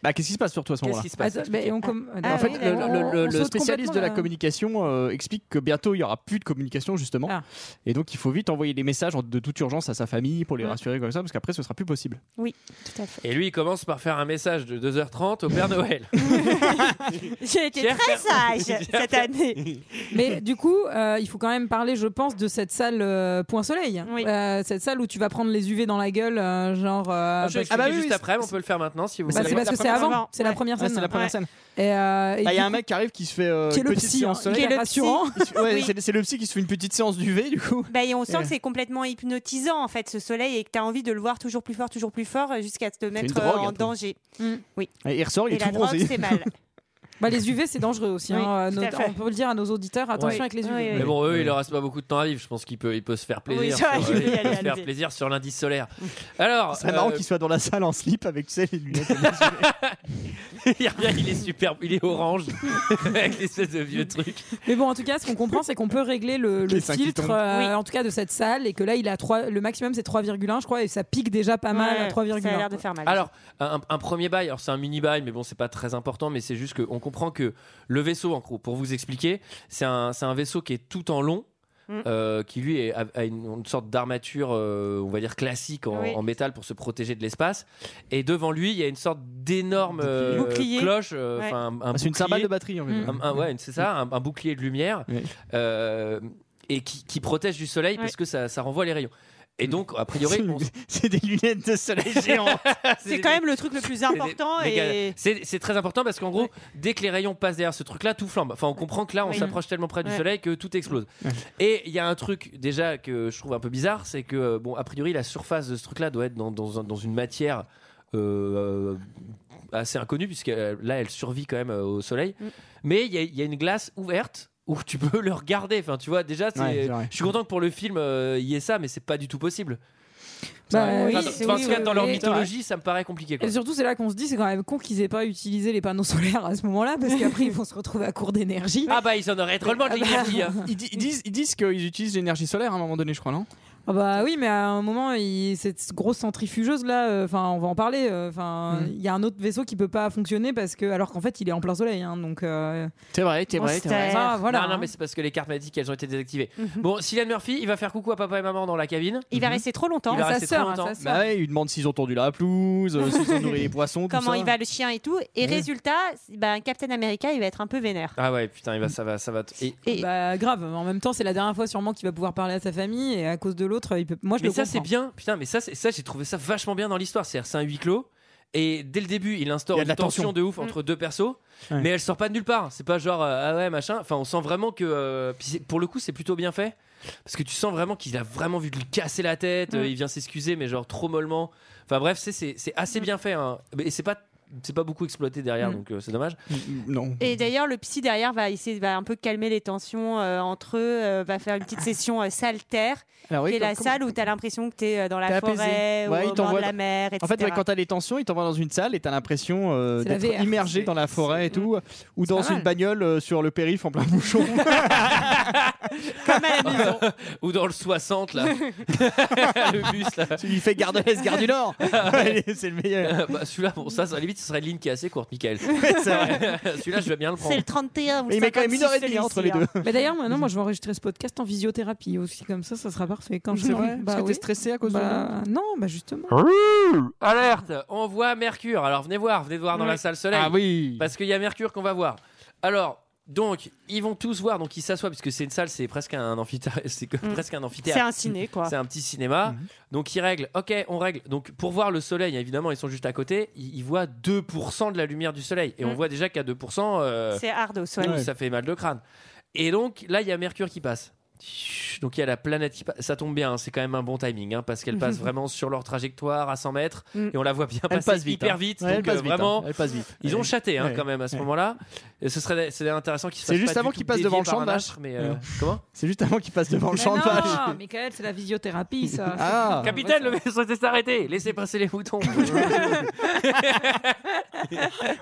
S7: Bah, qu'est-ce qui se passe surtout à ce
S1: Qu'est-ce
S7: moment-là
S1: qui se passe
S11: Attends, mais on com- euh,
S6: Ah
S7: en fait,
S6: oui,
S7: le,
S6: d'accord.
S7: le-
S11: On-
S7: le-
S11: on
S7: le
S11: saute
S7: spécialiste de la
S11: complètement, là.
S7: communication euh, explique que bientôt il y aura plus de communication justement,
S11: Ah.
S7: et donc il faut vite envoyer des messages en- de toute urgence à sa famille pour les rassurer comme ça, parce qu'après ce sera plus
S11: Euh,
S7: possible.
S6: Tout à fait.
S1: Et lui, il commence par faire un message de 2h30 au Père Noël.
S6: J'ai été
S1: Cher
S6: très
S1: Fernand.
S6: sage cette année.
S11: Mais du coup, euh, il faut quand même parler, je pense, de cette salle euh, Point Soleil.
S6: Oui.
S11: Euh, cette salle où tu vas prendre les UV dans la gueule, euh, genre. euh,
S1: Je vais
S11: parce- Ah bah oui,
S1: juste
S11: oui,
S1: après, on peut le faire maintenant si vous
S11: Bah,
S1: voulez.
S11: c'est parce que c'est
S6: première
S11: avant,
S6: scène.
S11: c'est la
S6: Ouais.
S11: première
S7: Ouais,
S11: scène.
S7: c'est la première
S6: Ouais.
S7: scène.
S11: Et, euh, et
S7: Bah, Il y
S11: du
S7: a un
S11: coup,
S7: mec qui arrive qui se fait euh,
S11: qui est
S7: une
S11: le
S7: petite
S11: psy, hein,
S7: séance
S11: qui
S7: soleil.
S11: est le
S6: rassurant.
S11: psy.
S7: Ouais,
S6: Oui.
S7: c'est, c'est le psy qui se fait une petite séance d'UV du coup.
S6: Bah, et on sent
S7: Ouais.
S6: que c'est complètement hypnotisant en fait ce soleil et que tu as envie de le voir toujours plus fort, toujours plus fort euh, jusqu'à te mettre euh,
S7: drogue, un
S6: en
S7: peu.
S6: danger.
S7: Et il ressort, il
S6: Et
S7: est
S6: la
S7: tout
S6: drogue,
S7: bronzé.
S6: c'est mal.
S11: Bah, les UV, c'est dangereux aussi.
S6: Oui,
S11: hein, euh,
S6: tout
S11: nos-
S6: à fait.
S11: on peut le dire à nos auditeurs, attention
S1: Ouais.
S11: avec les UV.
S6: Oui, oui.
S1: Mais bon, eux, il leur reste pas beaucoup de temps à vivre. Je pense qu'il peut, il peut se faire plaisir.
S6: Oui, ça va,
S1: sur, euh,
S6: il peut
S1: il
S6: y
S1: peut
S6: aller,
S1: se faire
S6: allez-y.
S1: plaisir sur l'indice solaire. Alors,
S7: C'est marrant
S1: euh,
S7: qu'il soit dans la salle en slip avec tu sais, les lunettes.
S1: il revient, il est superbe, il est orange avec l'espèce de vieux truc.
S11: Mais bon, en tout cas, ce qu'on comprend, c'est qu'on peut régler le, le
S7: Les cinq qui
S11: filtre,
S7: tombent.
S11: euh,
S6: Oui.
S11: en tout cas de cette salle, et que là, il a trois, le maximum, c'est 3,1, je crois, et ça pique déjà pas mal à
S6: Ouais, Ça a l'air
S11: 3,1.
S6: de faire
S7: Ah
S6: mal.
S1: Alors, un, un premier bail, alors c'est un mini bail, mais bon, c'est pas très important, mais c'est juste qu'on comprend que le vaisseau, en gros, pour vous expliquer, c'est un, c'est un vaisseau qui est tout en long.
S6: Mm.
S1: euh, qui lui est- a, a une, une sorte d'armature, euh, on va dire classique en,
S6: Oui.
S1: en métal pour se protéger de l'espace. Et devant lui, il y a une sorte d'énorme euh,
S6: Bouclier.
S1: cloche, euh,
S6: Ouais.
S1: enfin, un- un
S7: Ah, c'est une
S1: bouclier.
S7: cymbale de batterie en fait.
S11: Mm.
S1: Un- un- ouais, c'est ça, un, un bouclier de lumière
S7: Oui.
S1: euh, et qui, qui protège du soleil parce que ça, ça renvoie les rayons. Et donc, a priori, on-
S7: C'est- c'est des lunettes de soleil géantes.
S6: c'est quand même le truc le plus important
S1: des-
S6: et
S1: c'est c'est très important parce qu'en gros, dès que les rayons passent derrière ce truc-là, tout flambe. Enfin, on comprend que là, on
S6: Oui.
S1: s'approche tellement près du
S6: Ouais.
S1: soleil que tout explose.
S7: Ouais.
S1: Et il y a un truc déjà que je trouve un peu bizarre, c'est que euh, bon, a priori, la surface de ce truc-là doit être dans, dans un- dans une matière. euh, assez inconnue puisque euh, là elle survit quand même euh, au soleil
S6: Mm.
S1: mais il y, a- il y a une glace ouverte où tu peux le regarder enfin tu vois déjà c'est-
S7: Ouais, c'est vrai.
S1: je suis content que pour le film euh, il y ait ça mais c'est pas du tout possible
S11: Bah,
S1: Enfin,
S11: oui,
S1: dans-
S11: c'est-
S1: enfin, en
S11: oui,
S1: tout cas,
S11: oui,
S1: dans leur
S11: oui.
S1: mythologie ça me paraît compliqué quoi.
S11: Et surtout, c'est là qu'on se dit, c'est quand même con qu'ils aient pas utilisé les panneaux solaires à ce moment-là, parce qu'après, ils vont se retrouver à court d'énergie.
S1: Ah bah ils en auraient drôlement de
S11: Ah bah.
S1: l'énergie. hein.
S7: Ils, di- ils disent, ils disent qu'ils utilisent l'énergie solaire à un moment donné, je crois, non
S11: Ah bah oui, mais à un moment, il- cette grosse centrifugeuse là, enfin, on va en parler. euh, Enfin,
S7: Mm.
S11: il y a un autre vaisseau qui peut pas fonctionner parce que, alors qu'en fait, il est en plein soleil, hein, donc. euh,
S7: C'est vrai, c'est vrai, c'est vrai.
S11: ça, voilà.
S1: Non, non,
S11: hein. Mhm.
S1: mais c'est parce que les cartes m'ont dit qu'elles ont été désactivées. Bon, Cillian Murphy, il va faire coucou à papa et maman dans la cabine. Mhm.
S6: il va rester trop longtemps.
S1: Il va
S11: sa
S1: rester
S11: sœur,
S1: trop longtemps.
S11: sa sœur.
S7: Bah ouais, ils demandent s'ils ont tendu la pelouse, euh, s'ils ont nourri les poissons, tout
S6: Comment
S7: ça.
S6: il va le chien et tout. Et
S7: Ouais.
S6: résultat, c'est- ben, Captain America, il va être un peu vénère.
S1: Ah ouais, putain, il va, ça va, ça va. t- et-
S6: Et
S11: Bah grave, en même temps c'est la dernière fois sûrement qu'il va pouvoir parler à sa famille et à cause de l'autre il peut... Moi je
S1: mais
S11: le
S1: ça,
S11: comprends.
S1: c'est bien. Putain, mais ça, c'est- ça, j'ai trouvé ça vachement bien dans l'histoire. C'est-à-dire, c'est un huis clos. Et dès le début, il instaure
S7: Il y a de
S1: une
S7: la tension.
S1: tension de
S11: Mm.
S1: ouf entre deux persos,
S7: Ouais.
S1: mais elle sort pas de nulle part. C'est pas genre euh, ah ouais machin. Enfin, on sent vraiment que euh, puis c'est- pour le coup, c'est plutôt bien fait parce que tu sens vraiment qu'il a vraiment vu de lui casser la tête.
S11: Mm.
S1: euh, il vient s'excuser, mais genre trop mollement. Enfin bref, c'est c'est c'est assez bien fait. hein. Et c'est pas c'est pas beaucoup exploité derrière,
S11: Mm.
S1: donc euh, c'est dommage.
S7: mm, Non.
S6: Et d'ailleurs, le psy derrière va essayer, va un peu calmer les tensions euh, entre eux, euh, va faire une petite session euh, salle terre,
S7: Alors Ah. oui,
S6: qui est
S7: comme-
S6: la
S7: comme-
S6: salle où tu as l'impression que tu es dans
S7: T'es
S6: la
S7: apaisé. Ouais,
S6: forêt, ou
S7: il
S6: au bord
S7: t'envoie
S6: de la
S7: dans-
S6: mer, etc.
S7: En fait, ouais, quand t'as les tensions, ils t'envoient dans une salle et t'as l'impression euh,
S11: C'est la
S7: d'être
S11: VR.
S7: immergé dans la forêt et tout, ou dans
S11: pas mal.
S7: une bagnole euh, sur le périph' en plein bouchon.
S1: Ou dans le 60 là, le bus là.
S7: il fait garde l'Est, garde du Nord. Ouais, c'est le meilleur.
S1: bah, celui-là, bon, ça, ça à la limite, 18, ce serait une ligne qui est assez courte, Michael.
S7: c'est vrai.
S1: Celui-là, je vais bien le prendre.
S6: C'est le 31. Vous
S7: Mais il met quand même une heure et demie,
S6: celui-ci,
S7: hein, entre les
S6: hein.
S7: deux.
S11: Mais d'ailleurs, maintenant, moi, je vais enregistrer ce podcast en visiothérapie aussi, comme ça, ça sera parfait. Quand je
S7: C'est vrai Parce
S11: bah,
S7: que t'es
S11: oui.
S7: stressé à cause de
S11: Bah, non, bah justement.
S1: Alerte On voit Mercure. Alors venez voir, venez voir dans
S7: Ouais.
S1: la salle Soleil.
S7: Ah oui
S1: Parce qu'il y a Mercure qu'on va voir. Alors. Donc, ils vont tous voir, donc ils s'assoient, puisque c'est une salle, c'est presque un amphithéâtre. C'est comme
S6: Mm.
S1: presque un amphithéâtre.
S6: C'est un ciné, quoi.
S1: C'est un petit cinéma. Donc ils règlent. Ok, on règle. Donc pour voir le soleil, évidemment, ils sont juste à côté. Ils, ils voient 2% de la lumière du soleil. Et on
S6: Mm.
S1: voit déjà qu'à 2%, euh,
S6: C'est hard au sol.
S7: Ouais.
S1: ça fait mal le crâne. Et donc là, il y a Mercure qui passe. Donc il y a la planète qui passe. Ça tombe bien, hein, c'est quand même un bon timing, hein, parce qu'elle passe vraiment sur leur trajectoire à 100 mètres.
S6: Mm.
S1: Et on la voit bien
S7: Elle
S1: passer
S7: passe vite.
S1: hyper
S7: hein.
S1: vite.
S7: Ouais, elle
S1: donc,
S7: passe
S1: euh,
S7: vite, hein.
S1: vraiment,
S7: Elle passe vite.
S1: ils ont chaté hein,
S7: Ouais.
S1: quand même à ce
S7: Ouais.
S1: moment-là. Et Ce serait, c'est intéressant qu'ils se
S7: C'est
S1: fassent
S7: juste
S1: pas du
S7: avant
S1: tout
S7: qu'ils passent devant le
S1: dévier
S7: champ
S1: par
S7: de
S1: un
S7: vache.
S1: âtre, mais, euh,
S7: Ouais.
S1: Comment
S7: C'est juste avant qu'il passe devant le
S11: Mais
S7: champ de
S11: Bah non,
S7: vache.
S11: Michael, c'est la visiothérapie, ça.
S7: Ah
S1: Capitaine, le vaisseau s'est arrêté. Laissez passer les moutons.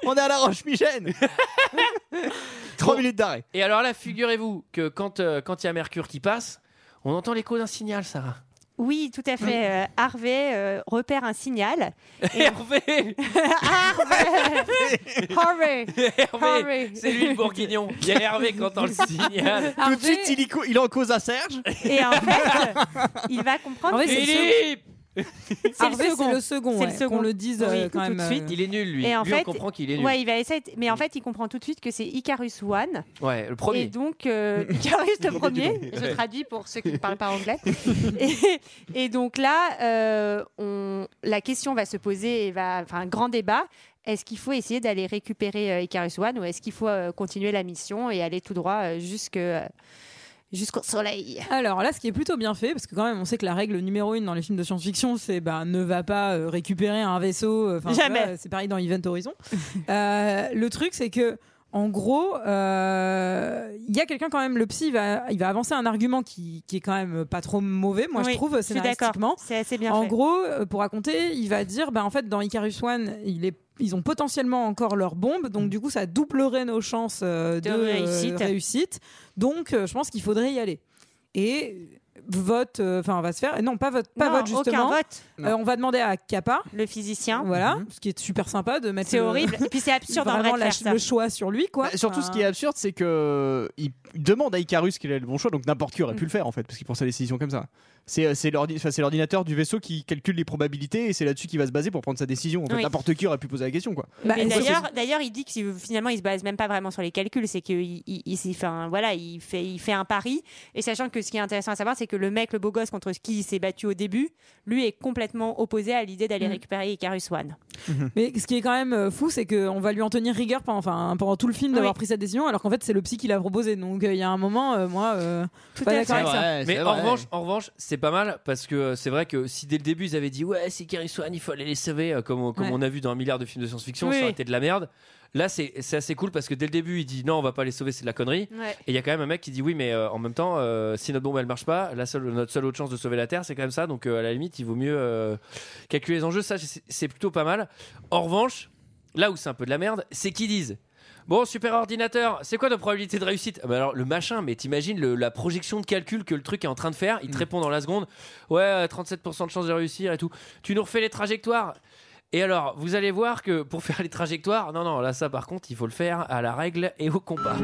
S7: On est à la roche Migène 3 minutes d'arrêt.
S1: Et alors là, figurez-vous que quand euh, quand il y a Mercure qui passe, on entend l'écho d'un signal, Sarah.
S6: Oui, tout à fait. Euh, Harvey euh, repère un signal.
S1: Hervé
S6: Harvey Harvey
S1: Hervé
S6: Hervé.
S1: C'est lui le bourguignon. Il y a Hervé qui entend le signal.
S7: Tout de suite, il, y co- il en cause à Serge.
S6: Et en fait, il va comprendre
S11: Harvey,
S6: que
S11: c'est-
S1: Philippe
S6: c'est
S11: Harvey, c'est le second.
S6: C'est
S11: ouais,
S6: le second.
S11: Qu'on le dise
S6: Oui,
S11: euh, quand
S6: tout de
S11: même. euh,
S6: suite.
S1: Il est nul, lui.
S6: Et en
S1: lui, on
S6: fait,
S1: comprend qu'il est nul. Ouais,
S6: Ouais, il va essayer. de- Mais en fait, il comprend tout de suite que c'est Icarus One.
S1: le
S6: Et
S1: premier.
S6: donc, euh, Icarus le premier. Je traduis pour ceux qui ne parlent pas anglais. et, et donc là, euh, on, la question va se poser et va. Enfin, un grand débat. Est-ce qu'il faut essayer d'aller récupérer euh, Icarus One ou est-ce qu'il faut euh, continuer la mission et aller tout droit euh, jusque. euh, Jusqu'au soleil.
S11: Alors là, ce qui est plutôt bien fait, parce que quand même, on sait que la règle numéro une dans les films de science-fiction, c'est bah, ne va pas euh, récupérer un vaisseau. euh, 'fin, tu
S6: Jamais.
S11: vois, euh, C'est pareil dans Event Horizon. Euh, le truc, c'est que. En gros, euh, il y a quelqu'un quand même, le psy, il va, il va avancer un argument qui, qui est quand même pas trop mauvais, moi
S6: Oui,
S11: je trouve,
S6: je suis d'accord.
S11: scénaristiquement.
S6: C'est assez bien
S11: en
S6: fait.
S11: gros, euh, pour raconter, il va dire, bah, en fait, dans Icarus One, il est- ils ont potentiellement encore leur bombe, donc du coup, ça doublerait nos chances euh, de,
S6: Mm. De
S11: euh,
S6: réussite.
S11: réussite. Donc, euh, je pense qu'il faudrait y aller. Et vote, euh, enfin, on va se faire. Non, pas vote, pas
S6: Non,
S11: vote justement.
S6: Aucun vote.
S11: Euh, on va demander à Kappa,
S6: Le physicien.
S11: voilà, ce qui est super sympa de mettre.
S6: C'est
S11: le-
S6: horrible. Et puis c'est absurde en vrai
S11: vraiment
S6: de
S11: la-
S6: faire ça.
S11: le choix sur lui, quoi. Ah.
S7: Bah, surtout,
S11: Enfin,
S7: ce qui est absurde, c'est que il demande à Icarus qu'il ait le bon choix, donc n'importe qui aurait pu
S11: Mm.
S7: le faire en fait, parce qu'il prend sa décision comme ça. C'est euh, c'est l'ordi- enfin, c'est l'ordinateur du vaisseau qui calcule les probabilités et c'est là-dessus qu'il va se baser pour prendre sa décision. En fait,
S6: Oui.
S7: n'importe qui aurait pu poser la question quoi.
S11: Bah,
S6: Mais
S11: et
S6: d'ailleurs, d'ailleurs, il dit que si- finalement, il se base même pas vraiment sur les calculs, c'est qu'il il, il s'est fait un- voilà, il fait, il fait un pari. Et sachant que ce qui est intéressant à savoir, c'est que le mec, le beau gosse contre qui il s'est battu au début, lui est complètement opposé à l'idée d'aller
S11: Mm.
S6: récupérer Icarus One.
S11: Mais ce qui est quand même euh, fou, c'est qu'on va lui en tenir rigueur pendant, enfin, pendant tout le film d'avoir
S6: Oui.
S11: pris cette décision, alors qu'en fait c'est le psy qui l'a proposé. Donc euh, il y a un moment, euh, moi, euh,
S6: Tout
S11: Pas
S6: à
S11: d'accord
S6: fait.
S11: avec ça.
S1: Mais en revanche, en revanche, c'est pas mal parce que euh, c'est vrai que si dès le début ils avaient dit ouais, c'est Carrie Swan, il faut aller les sauver, euh, comme, on- comme
S11: Ouais.
S1: on a vu dans un milliard de films de science-fiction,
S6: Oui,
S1: ça aurait
S6: oui.
S1: été de la merde. Là, c'est c'est assez cool parce que dès le début, il dit non, on va pas les sauver, c'est de la connerie.
S6: Ouais.
S1: Et il y a quand même un mec qui dit oui, mais euh, en même temps, euh, si notre bombe elle marche pas, la seule, notre seule autre chance de sauver la Terre, c'est quand même ça. Donc euh, à la limite, il vaut mieux euh, calculer les enjeux. Ça, c'est c'est plutôt pas mal. En revanche, là où c'est un peu de la merde, c'est qu'ils disent. Bon, super ordinateur, c'est quoi nos probabilités de réussite Ah bah Alors, le machin, mais t'imagines le- la projection de calcul que le truc est en train de faire Il te répond dans la seconde Ouais, euh, 37% de chance de réussir et tout. Tu nous refais les trajectoires et alors, vous allez voir que pour faire les trajectoires, non, non, là, ça par contre, il faut le faire à la règle et au combat.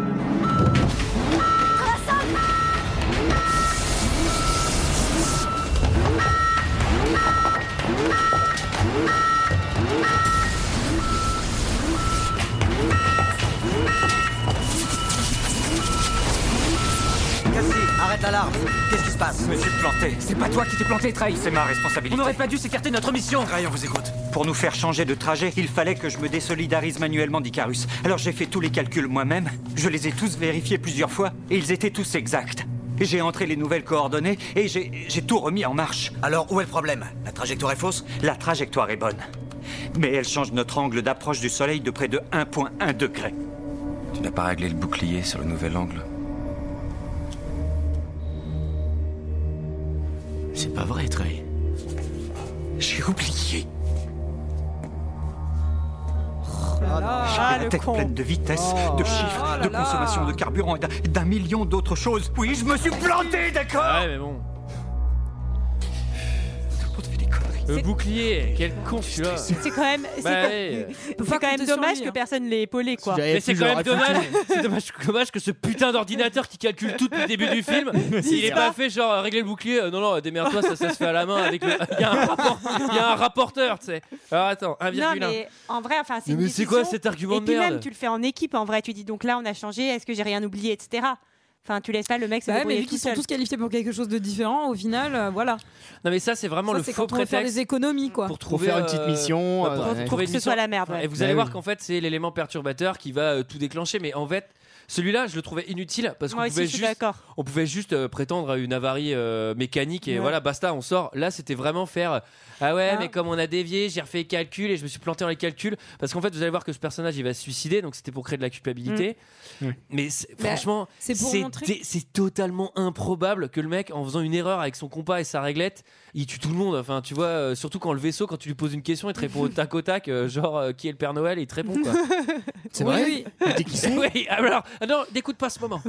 S9: Cassie, arrête l'alarme. Qu'est-ce qui se passe
S3: Je me suis planté.
S9: C'est pas toi qui t'es planté, Trey.
S12: C'est ma responsabilité.
S9: On n'aurait pas dû s'écarter de notre mission.
S3: Ray, on vous écoute.
S12: Pour nous faire changer de trajet, il fallait que je me désolidarise manuellement d'Icarus. Alors j'ai fait tous les calculs moi-même, je les ai tous vérifiés plusieurs fois, et ils étaient tous exacts. J'ai entré les nouvelles coordonnées et j'ai j'ai tout remis en marche.
S3: Alors, où est le problème La trajectoire est fausse
S12: La trajectoire est bonne, mais elle change notre angle d'approche du Soleil de près de 1,1 degré.
S8: Tu n'as pas réglé le bouclier sur le nouvel angle
S3: C'est pas vrai, Trey.
S12: J'ai oublié. J'ai
S11: Ah,
S12: la
S11: le
S12: tête
S11: con. Oh. Ah
S12: pleine de vitesse, de chiffres,
S11: là
S12: de
S11: là.
S12: consommation de carburant et d'un- d'un million d'autres choses. Oui, je me suis planté, d'accord
S1: Ouais, mais bon.
S12: Tout le monde fait des conneries.
S1: Le bouclier, quel con celui-là.
S6: C'est quand même, c'est
S1: Bah
S6: quand-
S1: ouais.
S6: c'est quand même dommage que personne l'ait épaulé, quoi.
S1: Mais c'est quand même dommage, c'est dommage, dommage que ce putain d'ordinateur qui calcule tout depuis le début du film, s'il est pas fait genre euh, régler le bouclier, euh, non non, démerde-toi, ça, ça se fait à la main avec le. Il y a un, rapport, il y a un rapporteur, tu sais. Alors attends, 1,1.
S6: Non, mais en vrai, enfin, c'est.
S1: Mais
S6: une
S1: c'est quoi
S6: décision.
S1: cet argument
S6: Et
S1: de
S6: puis
S1: merde
S6: même, tu le fais en équipe, en vrai. Tu dis donc là, on a changé. Est-ce que j'ai rien oublié, etc. Enfin, tu laisses pas le mec se
S11: Bah ouais, mais
S6: débrouiller
S11: vu
S6: tout
S11: qu'ils sont
S6: seul.
S11: tous qualifiés pour quelque chose de différent, au final, euh, voilà.
S1: Non mais ça c'est vraiment
S11: Ça,
S1: le
S11: c'est
S1: faux
S11: quand on veut faire
S1: prétexte
S11: des économies, quoi.
S1: pour trouver
S7: faire une petite mission,
S1: ouais,
S7: euh,
S1: pour
S7: ouais.
S1: trouver
S7: Pour
S1: une
S7: que ce
S1: mission.
S7: soit la
S6: Ah
S7: merde, ouais.
S1: Et vous
S7: Bah
S1: allez
S7: oui.
S1: voir qu'en fait c'est l'élément perturbateur qui va euh, tout déclencher mais en fait celui-là, je le trouvais inutile parce qu'on
S6: Moi aussi,
S1: pouvait
S6: je suis
S1: juste,
S6: d'accord.
S1: on pouvait juste euh, prétendre à une avarie euh, mécanique et
S6: Ouais.
S1: voilà, basta, on sort. Là, c'était vraiment faire euh, ah ouais, mais comme on a dévié, j'ai refait les calculs et je me suis planté dans les calculs parce qu'en fait, vous allez voir que ce personnage il va se suicider, donc c'était pour créer de la culpabilité.
S7: Mmh.
S1: Mais c'est-
S11: Bah,
S1: franchement,
S11: c'est pour
S1: c'est
S11: montrer-
S1: dé- c'est totalement improbable que le mec, en faisant une erreur avec son compas et sa réglette, il tue tout le monde. Enfin, tu vois, euh, surtout quand le vaisseau, quand tu lui poses une question, il te répond au tac au tac, euh, genre euh, qui est le Père Noël, et il te répond quoi.
S7: C'est vrai
S11: Oui,
S1: Oui, alors, ah non, n'écoute pas ce moment.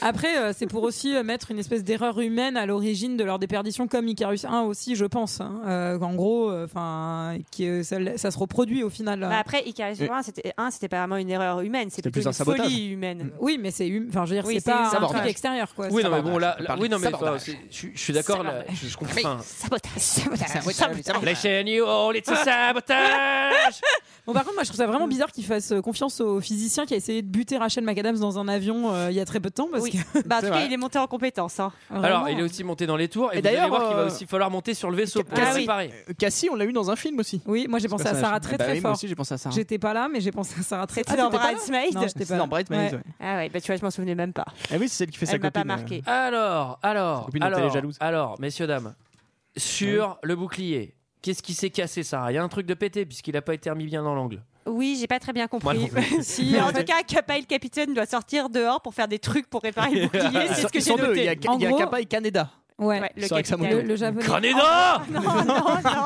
S11: Après, euh, c'est pour aussi euh, mettre une espèce d'erreur humaine à l'origine de leur déperdition, comme Icarus 1 aussi, je pense. hein. Euh, en gros, enfin, euh, ça, ça se reproduit au final. euh.
S6: Bah après, Icarus
S11: Et-
S6: 1, c'était un, c'était pas vraiment une erreur humaine, c'était
S11: plus
S6: plutôt
S11: un
S6: une
S11: sabotage.
S6: folie humaine.
S11: Oui, mais c'est hum- enfin, je veux dire,
S6: Oui,
S11: c'est
S6: c'est
S11: pas
S6: un
S11: un truc
S6: sabotage.
S11: extérieur, quoi.
S1: Oui,
S11: C'est-
S1: non, mais bon, là, là-
S11: Pardon.
S1: oui, non, mais
S11: Sabordage.
S1: enfin, c'est- je je suis d'accord, là, je, je comprends. enfin,
S6: Sabotage, sabotage,
S7: Euh,
S11: sabotage.
S1: Les chaînes, you all, it's a
S7: Ah.
S1: sabotage
S11: Bon, par contre, moi, je trouve ça vraiment bizarre qu'il fasse euh, confiance au physicien qui a essayé de buter Rachel McAdams dans un avion euh, il y a très peu de temps. Parce que...
S6: Bah, en tout cas, il est monté en compétence. hein.
S11: Ah,
S1: Alors, il est aussi monté dans les tours, et,
S7: Et
S1: vous allez
S7: d'ailleurs,
S1: voir qu'il va
S7: euh,
S1: aussi falloir monter sur le vaisseau pour
S7: Cassie-
S1: le réparer.
S7: Euh, Cassie, on l'a eu dans un film aussi.
S11: Oui, moi j'ai pensé à
S7: personnage.
S11: Sarah
S1: Ah
S11: très
S7: Bah
S11: très
S7: oui, moi
S11: fort.
S7: aussi, j'ai pensé à Sarah.
S11: J'étais pas là, mais j'ai pensé à Sarah très très
S6: C'était
S11: fort.
S6: dans Bridesmaid
S11: Non, j'étais pas
S7: C'est
S11: là.
S7: dans Bridesmaid, ouais.
S6: Ah ouais, bah tu vois, je m'en souvenais même pas.
S7: Ah oui, c'est celle qui fait sa
S6: Elle m'a
S7: copine.
S6: pas marqué.
S1: Alors, alors,
S7: copine dont elle est
S1: alors,
S7: jalouse.
S1: alors, messieurs, dames, sur le bouclier, qu'est-ce qui s'est cassé, Sarah Il y a un truc de pété, puisqu'il n'a pas été remis bien dans l'angle.
S6: Oui, j'ai pas très bien
S1: Moi non
S6: compris.
S1: plus.
S11: Si,
S6: Mais en
S11: en fait-
S6: tout cas, Kappa et le capitaine doit sortir dehors pour faire des trucs pour réparer le bouclier.
S7: Ils
S6: C'est
S7: sont-
S6: ce que
S7: ils
S6: j'ai
S7: sont deux, il
S6: noté.
S7: y a,
S11: En
S7: il y a
S11: gros-
S7: Kappa et Kaneda.
S11: Ouais,
S6: Ouais, le
S7: Sur Axel
S6: capitaine.
S11: le, le japonais.
S1: Graneda
S6: Non, non, non, non, non,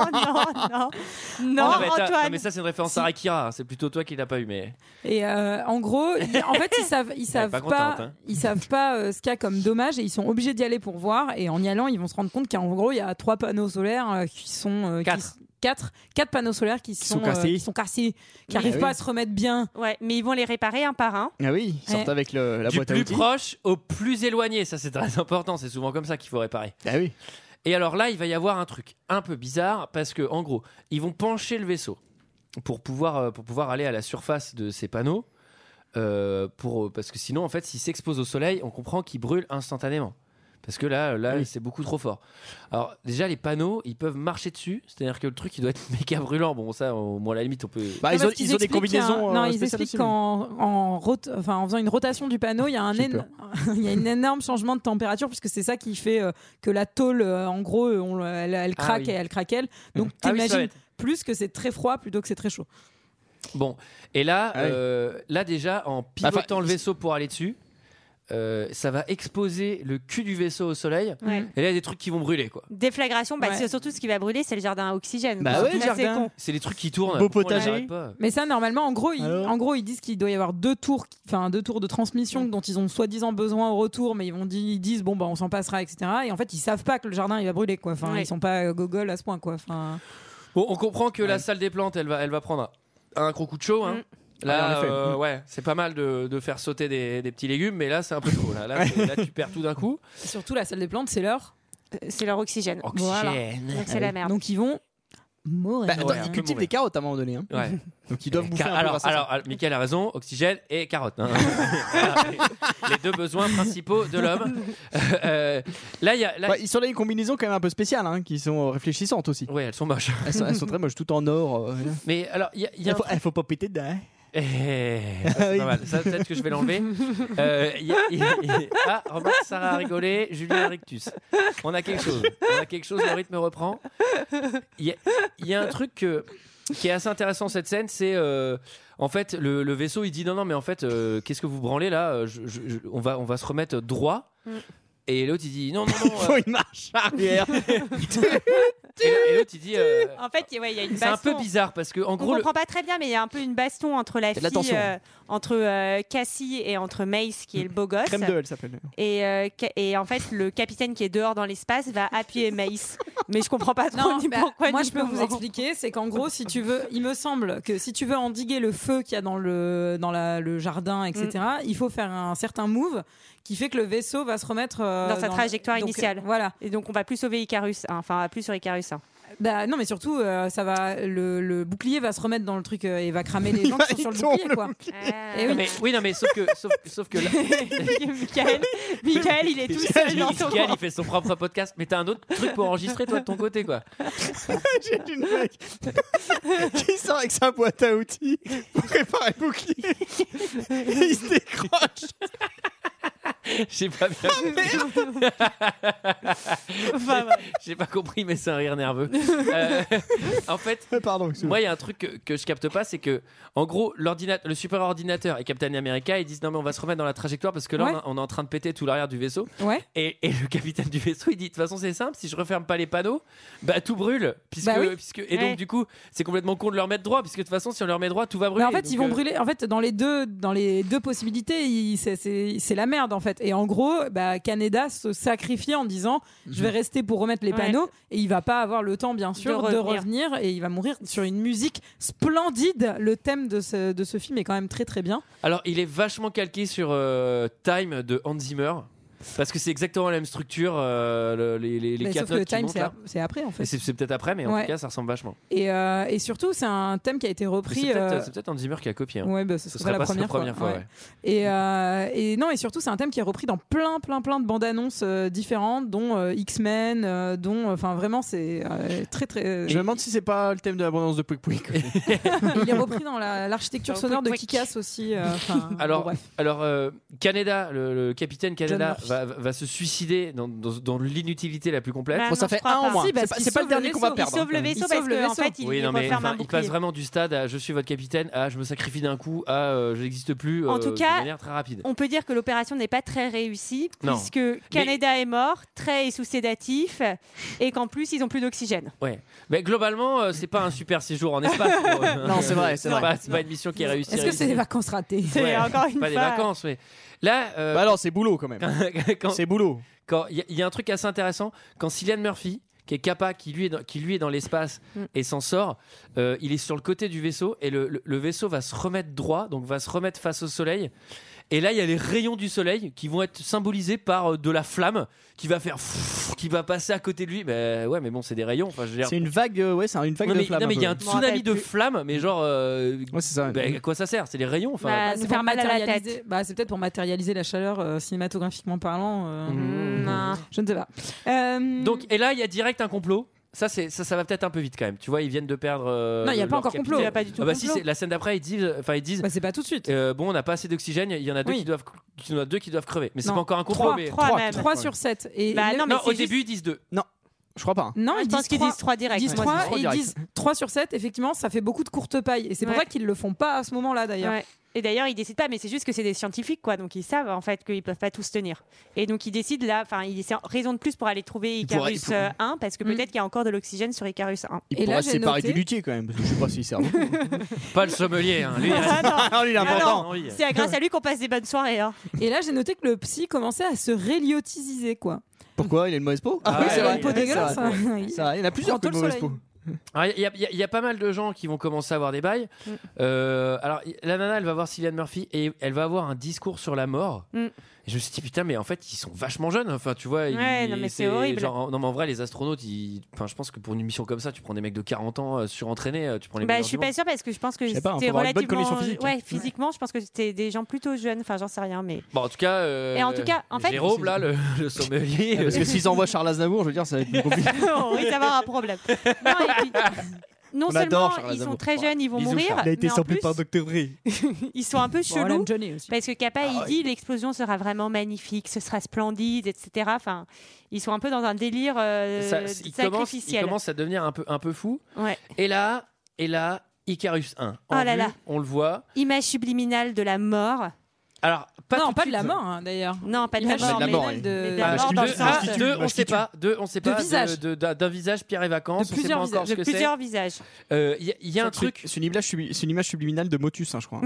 S6: non,
S1: mais t'as- non,
S6: Antoine.
S1: mais ça, c'est une référence à Akira, hein, c'est plutôt toi qui l'as pas eu, mais.
S11: Et euh, en gros, ils- en fait, ils savent, ils savent
S1: pas
S11: pas,
S1: contente, hein.
S11: ils savent pas euh, ce qu'il y a comme dommage et ils sont obligés d'y aller pour voir. Et en y allant, ils vont se rendre compte qu'en gros, il y a trois panneaux solaires euh, qui sont euh, qui
S1: Quatre.
S11: s- quatre, quatre panneaux solaires qui,
S7: sont
S11: euh,
S7: cassés.
S11: qui sont cassés, qui
S6: Oui.
S11: n'arrivent
S7: Ah oui.
S11: pas à se remettre bien.
S6: Ouais, mais ils vont les réparer un par un.
S7: Ah oui, ils sortent
S11: Ouais.
S7: avec le- la
S1: Du
S7: boîte à
S1: plus
S7: outils.
S1: proche au plus éloigné, ça c'est très important, c'est souvent comme ça qu'il faut réparer.
S7: Ah oui.
S1: Et alors là, il va y avoir un truc un peu bizarre parce que en gros, ils vont pencher le vaisseau pour pouvoir, euh, pour pouvoir aller à la surface de ces panneaux. euh, pour, parce que sinon, en fait, s'il s'expose au soleil, on comprend qu'il brûle instantanément. Parce que là, là c'est beaucoup trop fort. Alors, déjà, les panneaux, ils peuvent marcher dessus. C'est-à-dire que le truc, il doit être méga brûlant. Bon, ça, au moins, à la limite, on peut.
S7: Bah,
S11: Non,
S7: ils ont,
S11: parce qu'ils
S7: ils ont des
S11: expliquent qu'il y a un-
S7: combinaisons.
S11: non,
S7: euh,
S11: ils
S7: spéciales
S11: expliquent
S7: aussi, mais-
S11: qu'en en rot- enfin, en faisant une rotation du panneau, il y a un,
S7: J'ai
S11: éno-
S7: peur.
S11: il y a une énorme changement de température puisque c'est ça qui fait euh, que la tôle, euh, en gros, euh, on- elle, elle
S1: Ah
S11: craque
S1: oui.
S11: et elle craque elle. Donc
S1: Ah oui, ça va
S11: t'imagines
S1: être.
S11: plus que c'est très froid plutôt que c'est très chaud.
S1: Bon, et là,
S7: Ah oui. Bah,
S1: euh, là déjà, en pivotant le vaisseau pour aller dessus, euh, ça va exposer le cul du vaisseau au soleil.
S6: Ouais.
S1: Et là, il y a des trucs qui vont brûler, quoi.
S6: Déflagration, bah,
S11: Ouais.
S6: c'est surtout ce qui va brûler, c'est le jardin à oxygène.
S7: Bah
S6: Surtout
S7: ouais,
S6: que c'est
S7: jardin.
S6: con.
S1: C'est les trucs qui tournent.
S7: Beau
S1: Pourquoi on les
S7: potager.
S1: arrête pas
S11: Mais ça, normalement, en gros, ils,
S7: Alors
S11: en gros, ils disent qu'il doit y avoir deux tours, qui- enfin deux tours de transmission dont ils ont soi-disant besoin au retour, mais ils vont dire, ils disent bon bah on s'en passera, etc. Et en fait, ils savent pas que le jardin il va brûler quoi. Enfin,
S6: Ouais.
S11: ils sont pas euh, gogol à ce point quoi. Enfin,
S1: Bon, on comprend que la salle des plantes, elle va, elle va prendre un un gros coup de chaud. hein.
S6: Mm.
S1: Là,
S7: Ouais, Ah, en effet. Mm.
S1: euh, ouais, c'est pas mal de, de faire sauter des, des petits légumes, mais là, c'est un peu trop. Là, là, c'est- là, tu perds tout d'un coup.
S11: Et surtout la salle des plantes, c'est leur.
S6: Euh, C'est leur oxygène.
S11: Voilà.
S1: Oxygène.
S6: Donc c'est la merde.
S11: Ah Donc ils vont mourir.
S7: Bah, attends,
S1: Ouais, on
S7: ils
S1: peut
S7: cultivent
S1: mourir.
S7: des carottes à un moment donné. hein.
S1: Ouais.
S7: Donc ils doivent bouffer
S1: Car-
S7: un peu
S1: alors,
S7: grâce à ça.
S1: alors, alors, Michael a raison, oxygène et carotte. hein. Voilà, les- les deux besoins principaux de l'homme. Euh, euh, là, il y a. là-
S7: Ouais, ils sont là une combinaison quand même un peu spéciale, hein, qui sont euh, réfléchissantes aussi.
S1: Ouais, elles sont moches.
S7: Elles sont, elles sont très moches, tout en or. euh,
S1: Mais alors, il y a, il y a un
S7: faut, eh, faut pas péter dedans.
S1: Eh, ça,
S7: Ah
S1: c'est
S7: oui.
S1: pas mal. Ça, peut-être que je vais l'enlever. Euh, y a- y a- y a- Ah, remarque, Sarah a rigolé, Julien a rictus. On a quelque chose. On a quelque chose, le rythme reprend. Il y, a- il y a un truc que- qui est assez intéressant, cette scène, c'est. euh, en fait, le, le vaisseau, il dit non, non, mais en fait, euh, qu'est-ce que vous branlez là Je- je- je- on, va, on va se remettre
S6: Mm.
S1: droit. Et l'autre, il dit non, non, non. euh,
S7: Faut une marche arrière.
S1: Et l'autre- et l'autre, il dit. euh,
S6: En fait, ouais, il y a une
S1: c'est un
S6: Oh, baston.
S1: peu bizarre parce que, en
S6: On
S1: gros. le-
S6: comprend pas très bien, mais il y a un peu une baston entre la
S1: Il y a de la
S6: fille,
S1: tension.
S6: euh, entre euh, Cassie et entre Mace, qui est le beau gosse.
S7: Crème de elle s'appelle.
S6: Et, euh, ca- et en fait, le capitaine qui est dehors dans l'espace va appuyer Mace. Mais je comprends pas trop
S11: Non,
S6: ni
S11: bah,
S6: pourquoi.
S11: moi
S6: ni
S11: je peux vous
S6: comment.
S11: expliquer, c'est qu'en gros, si tu veux, il me semble que si tu veux endiguer le feu qu'il y a dans le dans la- le jardin, etc.,
S6: Mm.
S11: il faut faire un certain move qui fait que le vaisseau va se remettre euh,
S6: Dans sa
S11: le-
S6: trajectoire
S11: donc,
S6: initiale.
S11: Voilà.
S6: Et donc on va plus sauver Icarus, hein, enfin plus sur Icarus. hein.
S11: Bah non, mais surtout, euh, ça va le, le bouclier va se remettre dans le truc euh, et va cramer les gens qui sont sur le bouclier, quoi. Eh
S1: Non,
S11: oui.
S1: mais, oui, non, mais sauf que, sauf, sauf que là-
S6: Michael, Michael, il est tout
S1: Michael,
S6: seul dans
S1: il-
S6: son
S1: Michael,
S6: coin.
S1: il fait son propre podcast. Mais t'as un autre truc pour enregistrer, toi, de ton côté, quoi.
S7: J'ai une mec qui sort avec sa boîte à outils pour préparer le bouclier. Et il se décroche.
S1: J'ai pas bien.
S6: Enfin,
S1: J'ai- J'ai pas compris, mais c'est un rire nerveux. Euh, en fait, moi, il y a un truc que, que je capte pas, c'est que, en gros, l'ordinateur, le super ordinateur et Captain America, ils disent non mais on va se remettre dans la trajectoire parce que là,
S11: Ouais.
S1: on, a- on est en train de péter tout l'arrière du vaisseau.
S11: Ouais.
S1: Et, et le capitaine du vaisseau, il dit de toute façon, c'est simple, si je referme pas les panneaux, bah tout brûle, puisque,
S11: Bah oui.
S1: puisque et donc
S11: Ouais.
S1: du coup, c'est complètement con de leur mettre droit, puisque de toute façon, si on leur met droit, tout va brûler.
S11: Mais en fait,
S1: Donc,
S11: ils vont
S1: euh,
S11: brûler. En fait, dans les deux, dans les deux possibilités, il- c'est- c'est c'est la merde en fait. Et en gros, bah, Canada se sacrifie en disant, je
S1: Mhm.
S11: vais rester pour remettre les
S6: Ouais.
S11: panneaux, et il va pas avoir le temps, bien sûr, de
S6: De
S11: revenir.
S6: revenir.
S11: et il va mourir sur une musique splendide. Le thème de ce, de ce film est quand même très très bien.
S1: Alors, il est vachement calqué sur euh, Time de Hans Zimmer. Parce que c'est exactement la même structure, euh, le- les, les, les
S11: Mais
S1: quatre
S11: sauf que
S1: notes qui
S11: Time,
S1: montent,
S11: c'est
S1: là.
S11: ap- c'est après en fait.
S1: Et C'est c'est peut-être après, mais en
S11: Ouais.
S1: tout cas, ça ressemble vachement.
S11: Et, euh, et surtout, c'est un thème qui a été
S1: Mais
S11: repris.
S1: C'est peut-être
S11: euh,
S1: c'est peut-être Hans Zimmer qui a copié. hein.
S11: Ouais, bah, ce,
S1: Ce
S11: serait
S1: serait
S11: la,
S1: pas
S11: première
S1: la première fois,
S11: ouais.
S1: ouais.
S11: Et, euh, et non, et surtout, c'est un thème qui est repris dans plein, plein, plein de bandes annonces euh, différentes, dont euh, X-Men, euh, dont, enfin, vraiment, c'est euh, très, très.
S7: Je me demande si c'est pas le thème de l'abondance de Pouic Pouic.
S11: Il est repris dans la- l'architecture
S6: Dans
S11: sonore de
S6: Quick
S11: Kikas aussi. euh, enfin,
S1: Alors,
S11: bon, bref.
S1: alors euh, Canada, le, le capitaine Canada
S11: Murphy.
S1: va, va- va se suicider dans, dans- dans l'inutilité la plus complète.
S6: Bah, Bon, ça non, fait je crois un en pas. moins. Si, parce C'est pas- qu'il c'est pas le sauve le dernier qu'on va vaisseau. perdre, Il sauve hein, le quand même. vaisseau
S1: Il
S6: parce
S1: sauve le
S6: que, en
S1: vaisseau.
S6: fait, il-
S1: Oui,
S6: il
S1: non, mais,
S6: referme un
S1: enfin, il
S6: bouclier.
S1: passe vraiment du stade à je suis votre capitaine à je me sacrifie d'un coup à euh, je n'existe plus.
S6: En
S1: euh,
S6: tout
S1: de
S6: cas,
S1: manière très rapide.
S6: On peut dire que l'opération n'est pas très réussie,
S1: Non. Mais-
S6: puisque Canada est mort, Trey est sous sédatif, et qu'en plus, ils ont plus d'oxygène.
S1: Ouais. Mais globalement, euh, c'est pas un super séjour en espace. pour eux.
S7: Non, c'est vrai, c'est
S1: pas-
S7: vrai.
S1: C'est pas une mission qui est réussie.
S11: Est-ce que c'est des vacances ratées
S1: Ouais, c'est pas des vacances, mais là. euh,
S7: Bah alors, c'est boulot quand même.
S1: quand-
S7: C'est boulot.
S1: quand il y, a- il y a un truc assez intéressant quand Cillian Murphy qui est Kappa, qui lui est dans, qui lui est dans l'espace
S6: Mm.
S1: et s'en sort, euh, il est sur le côté du vaisseau et le, le- le vaisseau va se remettre droit, donc va se remettre face au soleil. Et là, il y a les rayons du soleil qui vont être symbolisés par euh, de la flamme qui va faire, fff, qui va passer à côté de lui. Mais ouais, mais bon, c'est des rayons. Enfin, je veux dire-
S7: C'est une vague, euh, ouais, c'est une vague
S1: Non, mais-
S7: de flammes.
S1: non, mais il y a
S7: peu.
S1: un tsunami de flammes, mais genre, euh, bah, à quoi ça sert C'est les rayons. Enfin,
S6: Bah,
S11: Ah, C'est
S6: nous
S11: pour
S6: faire mal à la
S11: matérialiser-
S6: tête.
S11: bah, c'est peut-être pour matérialiser la chaleur euh, cinématographiquement parlant. euh,
S6: Mmh.
S11: Je ne sais pas. Euh,
S1: Mhm. Donc, et là, il y a direct un complot. Ça, c'est ça, ça va peut-être un peu vite quand même. Tu vois, ils viennent de perdre. euh,
S11: Non, il y a
S1: le-
S11: pas
S1: leur
S11: encore
S1: capitaine.
S11: complot. Il y a pas du tout
S1: Ah bah si,
S11: complot.
S1: c'est- la scène d'après, ils disent. Enfin, ils disent.
S11: bah, c'est pas tout de suite.
S1: euh, bon, on n'a pas assez d'oxygène. Il y en a deux
S11: Oui.
S1: qui doivent, il y en a deux qui doivent crever. Mais c'est
S11: Non.
S1: pas encore un complot.
S11: Trois,
S1: mais...
S6: trois même.
S11: Trois sur 7. Et
S6: Bah,
S11: le-
S6: non, mais
S1: Non, au
S6: c'est juste-
S1: début, ils disent deux.
S7: Non, je crois pas.
S11: Non,
S6: Ah,
S11: ils
S6: je pense
S11: disent
S6: qu'ils
S11: 3.
S6: disent 3 direct.
S11: Ils disent
S6: moi,
S11: 3
S6: c'est-
S11: et ils disent 3 sur 7, effectivement, ça fait beaucoup de courtes pailles. Et c'est pour
S6: Ouais.
S11: ça qu'ils le font pas à ce moment-là d'ailleurs.
S6: Ouais. Et d'ailleurs, ils décident pas, mais c'est juste que c'est des scientifiques, quoi. Donc ils savent en fait qu'ils peuvent pas tous tenir. Et donc ils décident là, enfin, ils- c'est raison de plus pour aller trouver
S7: pourraient-
S6: Icarus
S7: ils pour-
S6: euh, 1 parce que peut-être qu'il y a encore de l'oxygène sur Icarus 1.
S7: Il pourrait se séparer du luthier quand même, parce que je sais pas s'il sert.
S1: Pas le sommelier. hein. Lui, il a-
S7: Ah, lui, il est important.
S6: C'est à- grâce à lui qu'on passe des bonnes soirées. hein.
S11: Et là, j'ai noté que le psy commençait à se réliotiser, quoi.
S7: Pourquoi Il a une mauvaise peau
S1: Ah ouais, il a une
S11: peau
S7: c'est vrai,
S11: dégueulasse,
S7: c'est vrai.
S11: hein.
S7: C'est vrai, Il y en a plusieurs
S11: Prends
S7: qui
S11: tôt
S7: ont une
S11: le
S7: mauvaise peau.
S11: soleil.
S1: Alors, Il y, a- il y a- il y a pas mal de gens qui vont commencer à avoir des bails.
S6: Mm.
S1: Euh, alors, y- la nana, elle va voir Cillian Murphy et elle va avoir un discours sur la mort.
S6: Mm.
S1: Et je me suis dit, putain, mais en fait, ils sont vachement jeunes. Enfin, tu vois, ils-
S6: Ouais, non, mais c'est horrible.
S1: genre, en- non, mais en vrai, les astronautes, ils- enfin, je pense que pour une mission comme ça, tu prends des mecs de 40 ans euh, surentraînés, euh, tu prends les
S6: Bah,
S1: meilleurs
S6: je suis
S1: du monde.
S6: pas sûre parce que je pense que
S1: Je sais pas, hein,
S6: c'était
S1: faut avoir une bonne
S6: relativement.
S1: condition physique.
S6: Ouais, physiquement, je pense que c'était des gens plutôt jeunes. Enfin, j'en sais rien, mais.
S1: Bon, en tout cas, euh,
S6: Et en tout cas, en fait-
S1: Jérôme, là, le, le sommelier.
S7: Ah, Parce
S1: euh,
S7: que s'ils envoient Charles Aznavour, je veux dire, ça va être plus compliqué.
S6: on risque d'avoir un problème. Non, et puis, non
S7: On
S6: seulement
S7: adore Charles
S6: ils sont
S7: Aznavour.
S6: très jeunes, ils vont
S7: Bisous,
S6: mourir,
S7: Charles.
S6: mais en plus,
S7: Dr. Dre.
S6: ils sont un peu
S11: Bon, Alan
S6: chelous.
S11: Johnny aussi.
S6: Parce que Kappa,
S1: Ah
S6: il dit l'explosion sera vraiment magnifique, ce sera splendide, etc. Enfin, ils sont un peu dans un délire euh,
S1: ça- il, commence, il
S6: sacrificiel.
S1: commence à devenir un peu, un peu fou.
S6: Ouais.
S1: Et là, et là, Icarus 1. En
S6: Oh là
S1: vue,
S6: là.
S1: On le voit.
S6: Image subliminale de la mort.
S1: Alors, pas
S11: non,
S1: tout
S11: pas
S1: suite.
S11: de la mort hein, d'ailleurs.
S6: Non, pas de
S1: la mort. Mais de la mort, oui. Ah, deux, ah, deux, on sait pas. Deux, on sait
S11: De
S1: pas. de-
S11: visage.
S1: de- D'un d'un visage, Pierre et Vacances.
S6: De plusieurs
S1: on sait pas encore
S6: visages.
S1: ce que
S6: De
S1: c'est.
S6: plusieurs visages.
S1: Euh, Il y a- il y a un truc.
S7: C'est une, image subi- c'est une image subliminale de Motus, hein, je crois.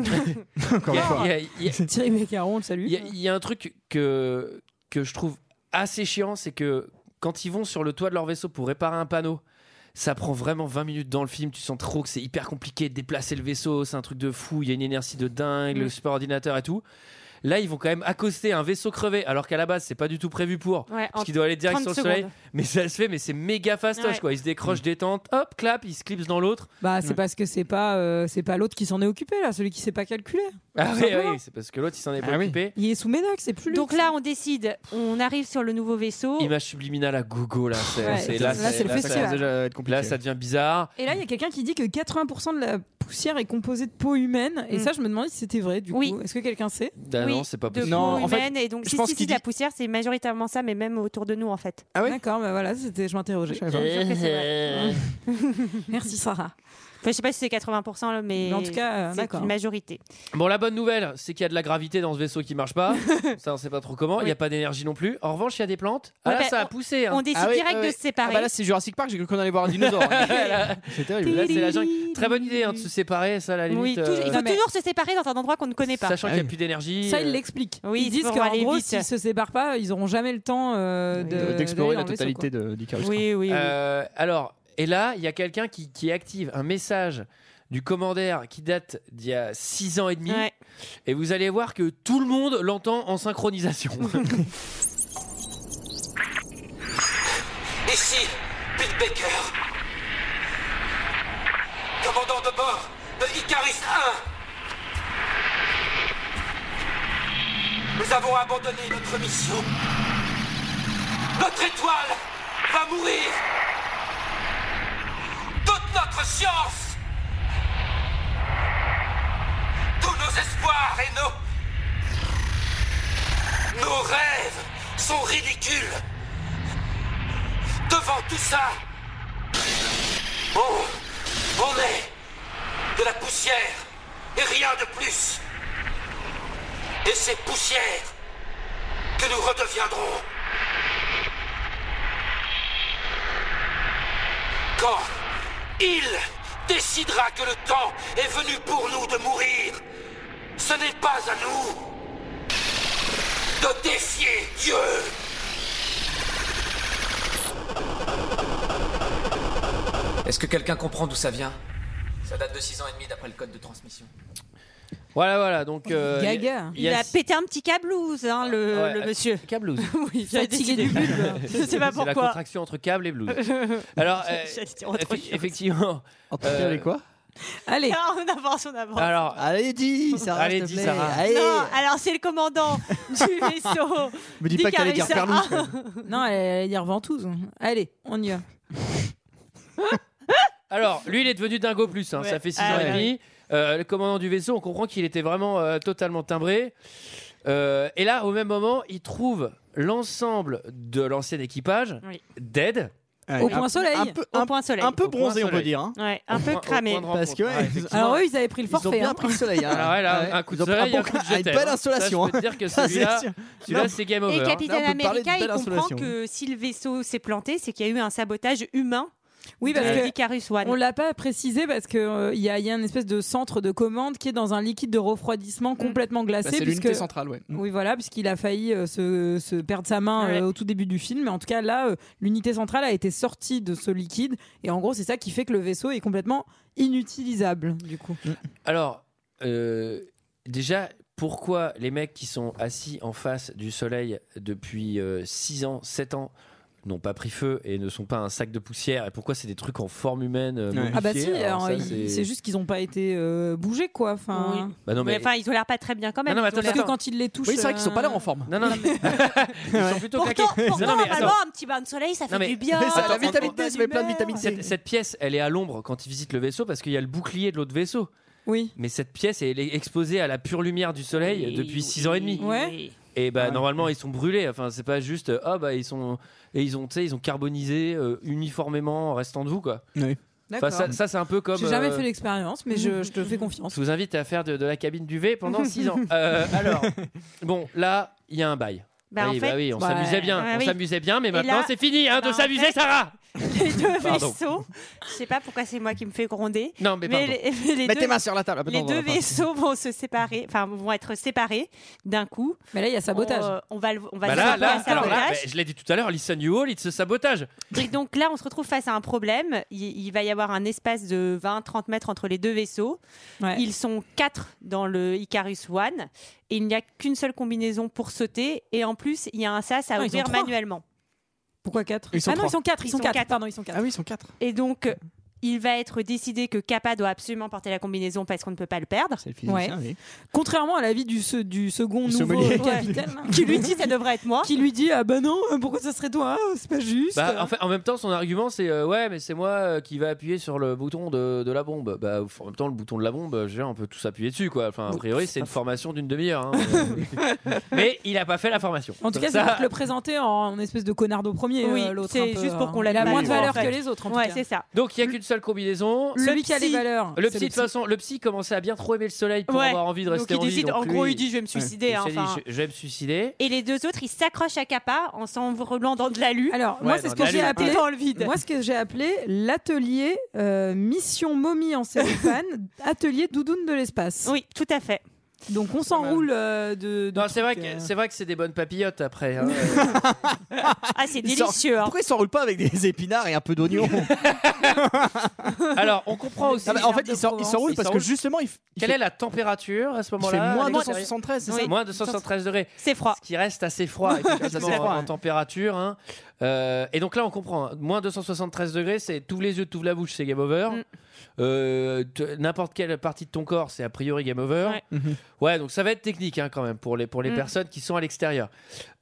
S7: Encore une fois.
S1: Thierry Macaron, le salue. Il y a- il y, a un truc que, que je trouve assez chiant, c'est que quand ils vont sur le toit de leur vaisseau pour réparer un panneau, ça prend vraiment 20 minutes dans le film. Tu sens trop que c'est hyper compliqué de déplacer le vaisseau, c'est un truc de fou, il y a une inertie de dingue,
S11: Mm.
S1: le super ordinateur et tout. Là, ils vont quand même accoster un vaisseau crevé, alors qu'à la base, c'est pas du tout prévu pour.
S11: Ouais, en
S1: parce qu'il doit aller direct sur
S11: 30
S1: le soleil.
S11: secondes.
S1: Mais ça se fait, mais c'est méga fastoche,
S11: Ouais.
S1: quoi. Ils se décrochent des tentes, hop, clap, ils se clipsent dans l'autre.
S11: Bah, c'est parce que c'est pas, euh, c'est pas l'autre qui s'en est occupé là, celui qui s'est pas calculé.
S1: Ah
S11: Tout
S1: oui,
S11: simplement.
S1: oui, c'est parce que l'autre, il s'en est pas occupé.
S11: Il est sous Médoc, c'est plus lui.
S6: Donc là, on décide, on arrive sur le nouveau vaisseau.
S1: Image subliminale à gogo là, c'est
S11: Ouais,
S1: c'est-
S11: c'est-
S1: là,
S11: là, c'est le
S1: là, ça
S11: festival.
S1: commence déjà à être compliqué. Là, ça devient bizarre.
S11: Et là, il y a quelqu'un qui dit que 80% de la poussière est composée de peau humaine. Et
S6: Mm.
S11: ça, je me demandais si c'était vrai. Du coup, est-ce que quelqu'un sait
S1: Ah non, c'est pas
S6: de
S1: possible.
S6: peau humaine et donc si, si, si, de la poussière c'est majoritairement ça mais même autour de nous en fait
S11: D'accord, bah voilà, c'était, je m'interrogeais.
S6: Je savais pas. Je suis sûre que c'est vrai.
S11: Merci Sarah.
S6: Enfin, je sais pas si c'est 80% là, mais
S11: Mais en tout cas, euh,
S6: c'est
S11: d'accord.
S6: une majorité
S1: Bon, la bonne nouvelle, c'est qu'il y a de la gravité dans ce vaisseau qui marche pas. ça, on sait pas trop comment. Il y a pas d'énergie non plus. En revanche, il y a des plantes. Ah,
S6: Ouais,
S1: là,
S6: bah,
S1: ça a
S6: on-
S1: poussé. hein.
S6: on décide Ah oui, direct ouais, de ouais. se séparer.
S7: Ah bah là, c'est Jurassic Park, j'ai cru qu'on allait voir un dinosaure. hein. c'est terrible.
S1: Là, c'est la jungle. Très bonne idée hein, de se séparer, ça, à la limite.
S6: oui tou- il
S1: euh,
S6: faut toujours se séparer dans un endroit qu'on ne connaît pas
S1: Sachant qu'il n'y a plus d'énergie.
S11: Ça,
S1: euh,
S11: ils l'expliquent.
S6: Oui,
S11: ils disent
S6: pour
S11: qu'en
S6: aller
S11: gros,
S6: vite.
S11: s'ils se séparent pas, ils auront jamais le temps euh, de-
S7: D'explorer
S11: d'aller
S7: la
S11: dans le vaisseau,
S7: totalité
S11: quoi.
S7: de d'Icarus.
S11: Oui, oui, oui.
S1: Euh, alors, et là, il y a quelqu'un qui, qui active un message du commandaire qui date d'il y a 6 ans et demi.
S6: Ouais.
S1: Et vous allez voir que tout le monde l'entend en synchronisation.
S4: Ici, Pete Baker. Commandant de bord de Icarus 1. Nous avons abandonné notre mission. Notre étoile va mourir. Toute notre science. Tous nos espoirs et nos... Nos rêves sont ridicules. Devant tout ça, on, on est de la poussière et rien de plus. Et c'est poussière que nous redeviendrons. Quand il décidera que le temps est venu pour nous de mourir, ce n'est pas à nous de défier Dieu.
S9: Est-ce que quelqu'un comprend d'où ça vient Ça date de 6 ans et demi d'après le code de transmission.
S1: voilà, voilà. Donc, euh,
S6: Gaga.
S1: il y
S6: il
S1: a-
S6: a pété un petit câblouse hein, le,
S1: Ouais,
S6: le
S1: euh,
S6: monsieur
S1: câblouse
S6: oui il a
S11: Fatigué
S6: décidé.
S11: du bulbe.
S6: je sais pas
S1: C'est la
S6: pourquoi
S1: contraction entre câble et blues. Alors, euh,
S6: J'allais dire autre
S1: effe- effectivement.
S7: Entre
S1: euh,
S7: câble et quoi
S11: Allez.
S6: Alors, Ah, on avance, on avance.
S1: Alors,
S7: allez, dis, Sarah.
S1: Ah, Allez,
S7: s'il te
S1: dis,
S7: plaît.
S1: Sarah.
S7: Allez.
S6: Non, alors c'est le commandant du vaisseau.
S7: Me dis pas que t'allais dire
S6: d'Icarus
S7: Carlouche,
S6: A.
S11: Non, elle allait dire ventouse. Allez, on y va.
S1: Alors, lui, il est devenu dingo plus. hein,
S11: Ouais.
S1: Ça fait 6
S11: Ah
S1: ans et
S11: ouais.
S1: demi. Euh, le commandant du vaisseau, on comprend qu'il était vraiment euh, totalement timbré. Euh, et là, au même moment, il trouve l'ensemble de l'ancien équipage
S6: Oui.
S1: dead.
S7: Au point
S11: soleil.
S7: Un peu-
S6: Au point soleil.
S7: un peu
S1: Au point
S7: bronzé, on peut
S1: soleil.
S7: dire, hein.
S6: Ouais, un peu cramé.
S7: Parce que, ouais, effectivement,
S11: Alors eux, ils avaient pris le
S7: ils ont
S11: forfait.
S7: bien
S11: hein.
S7: pris le soleil. hein.
S1: Alors Ah, ouais, là,
S7: Ouais.
S1: un coup de
S7: Ils ont pris un
S1: soleil,
S7: bon
S1: un coup de
S7: coup- ah,
S1: jeté.
S7: une belle insolation,
S1: Ça,
S7: hein.
S1: je peux te dire que
S7: Ça, c'est
S1: celui-là,
S7: sûr.
S1: celui-là,
S7: Non.
S1: c'est game over.
S6: Et Capitaine
S7: Là, on peut parler de
S6: America, il
S7: belle
S6: comprend
S7: insolation.
S1: hein.
S6: que si le vaisseau s'est planté, c'est qu'il y a eu un sabotage humain.
S11: Oui, parce
S6: de
S11: que-
S6: l'Icarus One.
S11: On l'a pas précisé parce que euh, il y, a- il y a un espèce de centre de commande qui est dans un liquide de
S6: Hmm.
S11: refroidissement complètement glacé.
S7: Bah, c'est l'unité
S11: puisque-
S7: centrale, ouais.
S11: Oui, voilà, puisqu'il a failli euh, se, se perdre sa main euh,
S7: Ouais.
S11: au tout début du film. Mais en tout cas, là, euh, l'unité centrale a été sortie de ce liquide. Et en gros, c'est ça qui fait que le vaisseau est complètement inutilisable, du coup.
S1: Alors, euh, déjà, pourquoi les mecs qui sont assis en face du soleil depuis 6 ans, 7 ans n'ont pas pris feu et ne sont pas un sac de poussière et pourquoi c'est des trucs en forme humaine euh,
S11: Ah bah si,
S1: momifiés Alors
S11: alors,
S1: ça,
S11: il- c'est juste qu'ils n'ont pas été euh, bougés, quoi. Enfin,
S1: Oui. Bah non, mais-
S6: Mais enfin, ils ont l'air pas très bien quand même.
S1: Non, non, mais attends,
S6: Ils ont l'air-
S1: attends.
S11: que quand ils les touchent. euh,
S7: Oui, c'est vrai qu'ils sont pas là en forme.
S1: Non, non, mais- ils sont plutôt
S6: Pourtant,
S1: claqués.
S6: pourtant,
S1: Non, non, mais attends.
S6: normalement, un petit bain de soleil, ça fait du bien.
S1: Attends, attends,
S7: D, ça fait plein de vitamine D.
S1: Cette, cette pièce, elle est à l'ombre quand ils visitent le vaisseau parce qu'il y a le bouclier de l'autre vaisseau.
S11: Oui.
S1: Mais cette pièce, elle est exposée à la pure lumière du soleil depuis 6 ans et demi.
S11: Ouais.
S1: Et
S6: Ah,
S1: bah normalement ils sont brûlés. Enfin c'est pas juste euh, ah bah ils sont et ils ont tu sais ils ont carbonisé euh, uniformément en restant debout quoi.
S7: Oui.
S1: Enfin, ça, ça, c'est un peu comme.
S11: J'ai jamais
S1: euh,
S11: fait l'expérience, mais je, je te fais confiance.
S1: Je vous invite à faire de, de la cabine du V pendant 6 ans. Euh, alors, bon, là, il y a un bail.
S6: Bah, en
S1: oui,
S6: fait-
S1: oui, on
S6: Ouais.
S1: s'amusait bien,
S6: Ouais,
S1: on
S6: oui.
S1: s'amusait bien, mais
S6: Et
S1: maintenant
S6: là-
S1: c'est fini hein,
S6: bah,
S1: de
S6: en
S1: s'amuser,
S6: fait-
S1: Sarah.
S6: Les deux
S1: Pardon.
S6: vaisseaux, je sais pas pourquoi c'est moi qui me fais gronder.
S1: Non, mais pardon.
S6: les- mais les
S7: Mets
S6: deux-
S7: tes mains sur la table. Ah, bah,
S6: les
S7: non, non,
S6: deux
S7: non, pardon.
S6: vaisseaux vont se séparer, enfin vont être séparés d'un coup.
S11: Mais là, il y a sabotage.
S6: On, euh, on va, le- on va
S1: Bah
S6: le-
S1: là,
S6: on va
S1: là,
S6: sabotage.
S1: alors là, bah, je l'ai dit tout à l'heure, listen you all, it's a sabotage.
S6: Et donc là, on se retrouve face à un problème. Il, il va y avoir un espace de 20-30 mètres entre les deux vaisseaux. Ils sont quatre dans le Icarus One et il n'y a qu'une seule combinaison pour sauter. Et en plus, il y a un sas à
S11: Non, Ah, ils
S6: ouvrir
S11: sont trois.
S6: manuellement.
S11: Pourquoi 4
S7: Ils sont
S11: Ah non,
S7: trois.
S11: ils sont 4, ils, sont 4. Pardon, ils sont 4.
S7: Ah oui, ils sont 4.
S6: Et donc, euh, il va être décidé que Kappa doit absolument porter la combinaison parce qu'on ne peut pas le perdre.
S11: Ouais. Contrairement à l'avis du, se- du second
S6: Du
S11: nouveau euh,
S6: sommelier.
S11: capitaine, là.
S6: Qui lui dit, ça devrait être moi.
S11: Ah. Qui lui dit ah bah non, pourquoi ça serait toi Ah, C'est pas juste.
S1: Bah, en, fait, en même temps, son argument c'est euh, ouais, mais c'est moi euh, qui va appuyer sur le bouton de, de la bombe. Bah, en même temps, le bouton de la bombe, euh, je veux dire, on peut tous appuyer dessus quoi. Enfin, a priori, c'est une formation d'une demi-heure. hein. mais il a pas fait la formation.
S11: En tout cas, c'est
S1: ça,
S11: pour te le présenter en espèce de connard au premier.
S6: Oui,
S11: euh, l'autre,
S6: c'est
S11: un peu,
S6: juste pour qu'on
S11: hein.
S6: la
S11: Il a
S6: loue,
S11: moins de
S6: en
S11: valeur
S6: fait.
S11: que les autres. En tout
S6: Ouais,
S11: cas.
S6: c'est ça.
S1: Donc il n'y a qu'une seule combinaison.
S11: Le Celui qui a psy. les valeurs,
S1: Le
S11: c'est
S1: psy, de
S11: le
S1: toute façon, le psy commençait à bien trop aimer le soleil pour
S6: Ouais.
S1: avoir envie de
S6: Donc,
S1: rester en
S6: il
S1: vie.
S6: décide- en
S1: lui,
S6: gros, il
S1: il-
S6: dit, je vais me suicider,
S1: il
S6: hein,
S1: s'est dit,
S6: enfin.
S1: je, je vais me suicider.
S6: Et les deux autres, ils s'accrochent à Kappa en s'enroulant dans de la lue.
S11: Alors, moi, c'est ce que j'ai appelé. Moi, ce que j'ai appelé l'atelier euh, Mission Momie en cellophane, atelier doudoune de l'espace.
S6: Oui, tout à fait.
S11: Donc, on s'enroule euh, de. de
S1: Non, c'est vrai
S11: trucs,
S1: que
S11: euh,
S1: c'est vrai que c'est des bonnes papillotes après. hein.
S6: Ah, c'est
S7: Ils s'en-
S6: délicieux. hein.
S7: Pourquoi ils s'enroulent pas avec des épinards et un peu d'oignon
S1: Alors, on comprend aussi.
S7: Ah, mais en fait, ils s'en- ils s'enroulent parce que justement, il f- il
S1: Quelle
S7: fait-
S1: est la température à ce
S7: fait
S1: moment-là
S7: moins
S1: à l'extérieur
S7: 273, c'est ça
S1: Moins 273 degrés.
S6: C'est froid.
S1: Ce qui reste assez froid,
S7: Ouais,
S1: effectivement,
S7: c'est assez froid,
S1: en, en
S7: ouais.
S1: température. hein. Euh, et donc là, on comprend. hein. Moins 273 degrés, c'est tous les yeux, t'ouvres la bouche, c'est game over.
S11: Mm.
S1: Euh, te- N'importe quelle partie de ton corps, c'est a priori game over. Ouais,
S7: Mhm.
S1: donc ça va être technique hein, quand même pour les, pour les
S11: Mm.
S1: personnes qui sont à l'extérieur.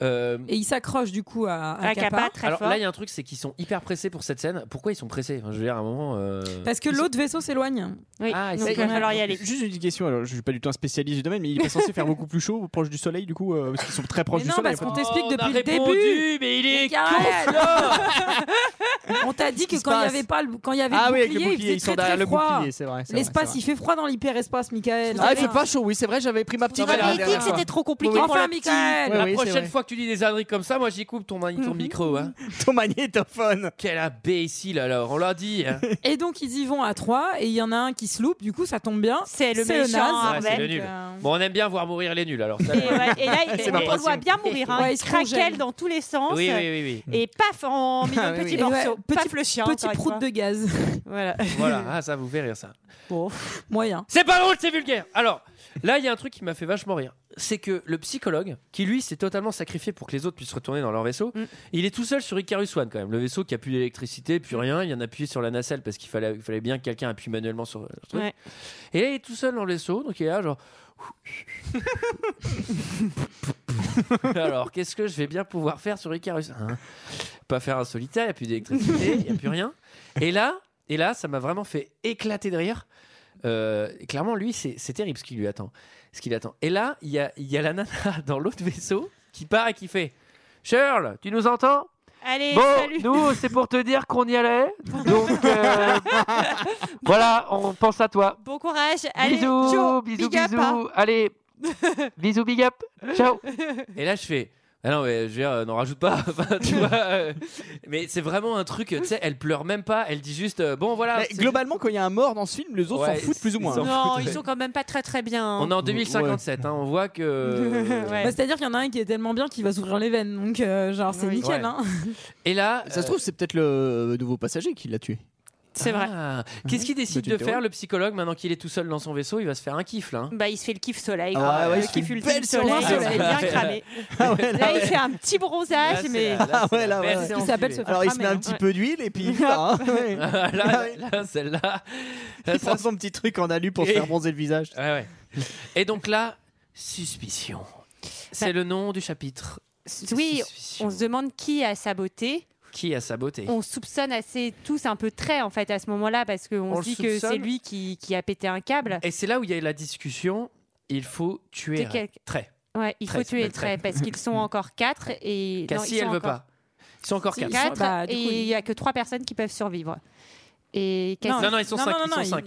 S1: Euh,
S11: Et il s'accroche du coup à, à, Kappa.
S1: Alors là, il y a un truc, c'est qu'ils sont hyper pressés pour cette scène. Pourquoi ils sont pressés Enfin, Je veux dire, à un moment. euh,
S11: Parce que l'autre vaisseau s'éloigne.
S6: Oui.
S1: Ah,
S11: Donc,
S7: Et-
S11: il va falloir y aller.
S7: Juste une petite question, alors je suis pas du tout un spécialiste du domaine, mais il est censé faire beaucoup plus chaud, proche du soleil du coup, euh, parce qu'ils sont très proches
S11: Mais
S7: du
S11: non,
S7: soleil.
S11: parce qu'on
S7: en fait.
S11: t'explique
S1: Oh, on a
S11: depuis le
S1: répondu,
S11: début.
S1: mais il est
S11: Michael On t'a dit que
S7: Qu'est-ce qui se
S11: quand il y
S7: passe
S11: avait pas le quand il y avait
S7: Ah
S11: le
S7: oui, avec
S11: bouclier,
S7: le bouclier,
S11: il faisait
S7: ils sont
S11: très,
S7: derrière
S11: très
S7: le
S11: froid.
S7: bouclier, c'est vrai, c'est vrai, c'est
S11: L'espace,
S7: vrai.
S11: il fait froid dans l'hyperespace, Michael.
S7: Ah, il fait pas chaud, oui, c'est vrai, j'avais pris ma petite.
S1: Non, mais la
S7: la
S1: dernière
S7: dernière
S1: fois.
S7: fois.
S1: Oui,
S7: Oui,
S1: enfin,
S7: oui,
S1: Mickaël,
S7: oui,
S1: la
S7: c'est
S1: prochaine
S7: vrai.
S1: fois que tu dis des âneries comme ça, moi j'y coupe ton, mani-
S11: Mhm.
S1: ton micro. Hein.
S7: ton magnétophone.
S1: Quel imbécile alors, on l'a dit. hein.
S11: Et donc ils y vont à trois et il y en a un qui se loupe. Du coup, ça tombe bien.
S6: C'est le méchant,
S11: naze.
S7: hein.
S6: Ah,
S1: Ouais,
S6: ouais,
S1: c'est le nul.
S7: euh,
S1: Bon, on aime bien voir mourir les nuls alors. ça-
S6: Et, ouais, et là, il-
S1: C'est ma
S6: on le voit
S1: passion.
S6: bien mourir. Hein.
S11: Ouais, il
S6: il
S11: se congèle.
S6: craquelle dans tous les sens.
S1: Oui, oui, oui, oui.
S6: Et paf, en milieu
S1: Ah,
S6: de
S1: oui,
S6: petits
S1: oui.
S6: morceaux.
S11: Ouais, petit-
S6: paf le chien.
S11: petit
S6: encore une
S11: prout
S6: fois.
S11: de gaz.
S6: Voilà.
S1: Voilà, ah, ça vous fait rire ça.
S11: Moyen.
S1: C'est pas drôle, c'est vulgaire. Alors, là, il y a un truc qui m'a fait vachement rire. C'est que le psychologue, qui lui s'est totalement sacrifié pour que les autres puissent retourner dans leur vaisseau, il est tout seul sur Icarus One quand même. Le vaisseau qui a plus d'électricité, plus rien. Il en a appuyé sur la nacelle parce qu'il fallait, il fallait bien que quelqu'un appuie manuellement sur le truc.
S6: Ouais.
S1: Et là, il est tout seul dans le vaisseau, donc il est là, genre. Alors, qu'est-ce que je vais bien pouvoir faire sur Icarus Hein Pas faire un solitaire, il n'y a plus d'électricité, il n'y a plus rien. Et là, et là, ça m'a vraiment fait éclater de rire. Euh, clairement, lui, c'est c'est terrible ce qui lui attend. Ce qu'il attend. Et là, il y a, il y a la nana dans l'autre vaisseau qui part et qui fait Charles, tu nous entends
S6: Allez,
S1: Bon,
S6: salut.
S1: nous, c'est pour te dire qu'on y allait. Donc, euh, voilà, on pense à toi.
S6: Bon courage. Allez,
S1: bisous,
S6: ciao.
S1: bisous,
S6: Big up,
S1: bisous.
S6: hein.
S1: Allez, bisous, big up. Ciao. Et là, je fais. Ah non, mais je veux dire, euh, n'en rajoute pas. Enfin, tu vois, euh, mais c'est vraiment un truc, tu sais, elle pleure même pas, elle dit juste, euh, bon
S11: Ah,
S1: voilà.
S7: Mais
S1: c'est-
S7: globalement, quand il y a un mort dans ce film, les autres
S1: Ouais,
S7: s'en foutent plus ou
S1: ils
S7: moins.
S1: s'en
S7: hein.
S6: Non,
S1: foutent,
S6: ils
S1: ouais.
S6: sont quand même pas très très bien. hein.
S1: On est en 2057, hein, on voit que.
S6: Ouais.
S11: Bah, C'est-à-dire qu'il y en a un qui est tellement bien qu'il va s'ouvrir les veines. Donc, euh, genre, c'est nickel.
S1: Ouais.
S11: hein.
S1: Et là,
S7: Ça se trouve, c'est peut-être le nouveau passager qui l'a tué.
S6: C'est vrai.
S1: Ah. Qu'est-ce qu'il décide
S7: Petite
S1: de
S7: théorie.
S1: faire, le psychologue, maintenant qu'il est tout seul dans son vaisseau Il va se faire un kiff, là. hein.
S6: Bah, il se fait le kiff soleil.
S1: Ah
S6: quoi.
S1: ouais, ouais, il
S6: le
S1: se fait
S6: kiff
S1: une
S6: ultime
S1: belle Ah
S6: soleil.
S1: soirée.
S6: Il est bien cramé.
S7: Ah
S6: Là, il fait un petit
S1: Là,
S6: bronzage,
S1: c'est
S6: mais.
S1: la- là, c'est
S7: ouais,
S1: la
S7: là,
S1: belle
S7: ouais.
S1: séance
S7: Il
S6: s'appelle
S1: du
S6: se
S1: verre.
S6: faire
S7: Alors, il se met
S6: cramer,
S7: un
S6: hein.
S7: petit peu d'huile et puis il part, hein. Ouais.
S1: Ah,
S7: Ah
S1: là,
S7: ouais.
S1: là, celle-là. Ça,
S7: Il prend son petit truc en alu pour se
S1: Et-
S7: faire bronzer le visage.
S1: Ouais, ouais. Et donc là, suspicion. C'est le nom du chapitre.
S6: Bah- Oui,
S1: Suspicion.
S6: on se demande qui a saboté.
S1: Qui a saboté
S6: On soupçonne assez tous un peu très en fait à ce moment-là parce qu'on
S1: On
S6: se dit
S1: le
S6: que
S1: soupçonne.
S6: c'est lui qui, qui a pété un câble.
S1: Et c'est là où il y a eu la discussion. Il faut tuer
S6: De quelqu'un.
S1: Très.
S6: Ouais, il
S1: Très,
S6: faut
S1: ça
S6: tuer
S1: s'appelle
S6: le trait
S1: très.
S6: parce qu'ils sont encore quatre et non,
S1: Cassie,
S6: ils sont
S1: elle veut
S6: encore
S1: pas. Ils sont encore
S11: Bah,
S6: quatre,
S1: quatre.
S6: et il y a que trois personnes qui peuvent survivre.
S11: Et
S1: Non, non, ils sont cinq,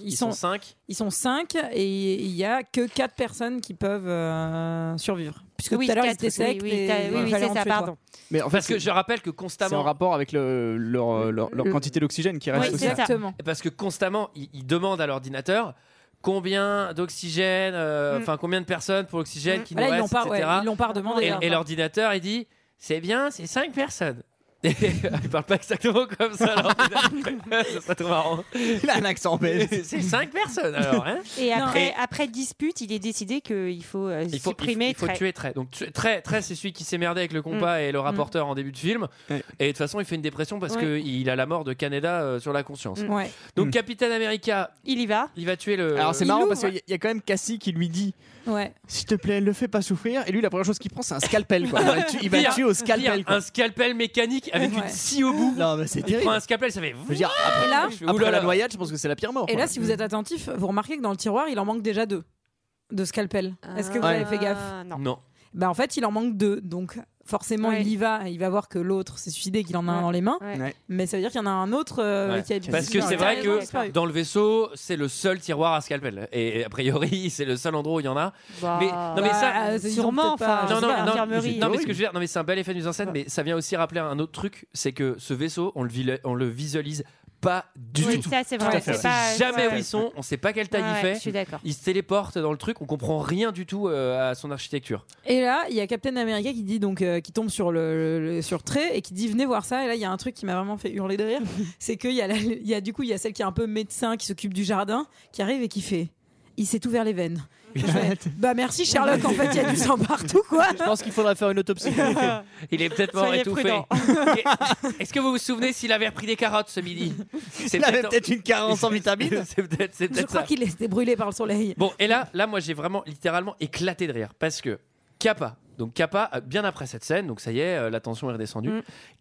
S1: ils sont cinq, ils sont cinq.
S11: Ils sont cinq et il y a que quatre personnes qui peuvent euh, survivre. Puisque
S6: Oui,
S11: tout à l'heure, ils
S6: quatre,
S11: étaient secs.
S6: oui, oui,
S11: et
S6: t'as-
S11: il
S6: oui, oui,
S11: fallait
S6: c'est
S11: en
S6: ça,
S11: tuer trois.
S6: pardon.
S7: Mais en fait,
S1: Parce que
S7: c'est-
S1: je rappelle que
S7: c'est en
S1: constamment.
S7: rapport avec le- leur, euh, leur- leur quantité d'oxygène qui reste. aussi.
S1: Parce que constamment, ils, ils demandent à l'ordinateur combien d'oxygène, euh,
S6: Mm.
S1: enfin combien de personnes pour l'oxygène qui nous
S11: Là, ils l'ont
S1: reste,
S11: pas, ouais,
S1: etc.
S11: ils l'ont pas redemandé.
S1: Et-
S11: hein.
S1: Et, l'ordinateur, il dit c'est bien, c'est 5 personnes. Et il parle pas exactement comme ça, l'ordinateur. ça serait trop marrant.
S7: Il a un accent belge.
S1: c'est 5 personnes alors, hein
S6: Et
S1: Non.
S6: après, après dispute, il est décidé qu'il faut euh,
S1: il faut, il-
S6: supprimer.
S1: il faut
S6: Trey.
S1: tuer Trey. Donc tu- Trey, Trey, c'est celui qui s'est merdé avec le compas
S6: Mm.
S1: et le rapporteur en début de film. Et de toute façon, il fait une dépression parce
S6: Ouais.
S1: que qu'il a la mort de Canada euh, sur la conscience.
S7: Mm. Ouais.
S1: Donc Capitaine America,
S6: il y va.
S1: Il va tuer le.
S7: Alors c'est marrant parce qu'il y, y a quand même Cassie qui lui dit
S11: Ouais.
S7: S'il te plaît, le fais pas souffrir. Et lui, la première chose qu'il prend, c'est un scalpel. Quoi. Il va, tu- il va
S1: Pire,
S7: tuer au scalpel.
S1: pire,
S7: quoi.
S1: Un scalpel mécanique avec une
S11: Ouais.
S1: scie au bout.
S7: Non, mais c'est
S1: Il
S7: terrible.
S1: prend un scalpel, ça fait.
S7: Je veux dire, après,
S11: Et là-
S7: après
S1: Oulala.
S7: la noyade, je pense que c'est la pire mort.
S11: Et
S7: quoi.
S11: là, si vous êtes attentif, vous remarquez que dans le tiroir, il en manque déjà deux de scalpel. Est-ce que vous
S7: Ah.
S11: avez fait gaffe
S6: Non.
S1: Non.
S11: Bah, en fait, il en manque deux. Donc, forcément,
S6: Ouais.
S11: il y va. Il va voir que l'autre s'est suicidé, qu'il en a un
S6: Ouais.
S11: dans les mains.
S6: Ouais.
S11: Mais ça veut dire qu'il y en a un autre euh,
S1: Ouais.
S11: qui a
S1: Parce que
S11: qui a
S1: c'est vrai
S11: carrément disparu.
S1: que dans le vaisseau, c'est le seul tiroir à scalpel. Et a priori, c'est le seul endroit où il y en a.
S6: Bah,
S1: mais non, mais
S6: bah,
S1: ça,
S11: Ah,
S6: euh, ils ont sûrement, peut-être pas- enfin, je
S1: non,
S6: sais
S1: non,
S6: pas,
S1: non,
S6: l'infirmerie.
S1: non, mais ce que je veux dire, non, mais c'est un bel effet de mise en scène. Mais ça vient aussi rappeler un autre truc, c'est que ce vaisseau, on le, vile- on le visualise pas du
S6: Oui,
S1: tout.
S6: ça, c'est
S1: Tout
S6: vrai,
S1: à fait.
S6: c'est
S1: On
S6: pas-
S1: sait jamais
S6: ouais.
S1: où ils sont. On sait pas quelle taille
S6: Ah Ouais,
S1: il
S6: ouais,
S1: fait.
S6: je suis d'accord.
S1: Il se téléporte dans le truc. On comprend rien du tout euh, à son architecture.
S11: Et là, il y a Captain America qui dit donc euh, qui tombe sur le, le- le- sur Trey et qui dit venez voir ça. Et là, il y a un truc qui m'a vraiment fait hurler de rire, c'est qu'il y a la- il y a du coup il y a celle qui est un peu médecin qui s'occupe du jardin qui arrive et qui fait il s'est ouvert les veines. Je fais, bah merci Sherlock en fait il y a du sang partout quoi.
S7: Je pense qu'il faudra faire une autopsie.
S1: Il est peut-être mort
S11: Soyez
S1: étouffé.
S11: prudents.
S1: Et- Est-ce que vous vous souvenez s'il avait repris des carottes ce midi C'est
S7: Il avait peut-être une carence en vitamines.
S1: c'est peut-être c'est
S11: Je
S1: peut-être
S11: crois
S1: ça.
S11: qu'il était brûlé par le soleil.
S1: Bon, et là, là, moi, j'ai vraiment littéralement éclaté de rire parce que Kappa, donc Kappa, euh, bien après cette scène, donc ça y est, euh, la tension est redescendue.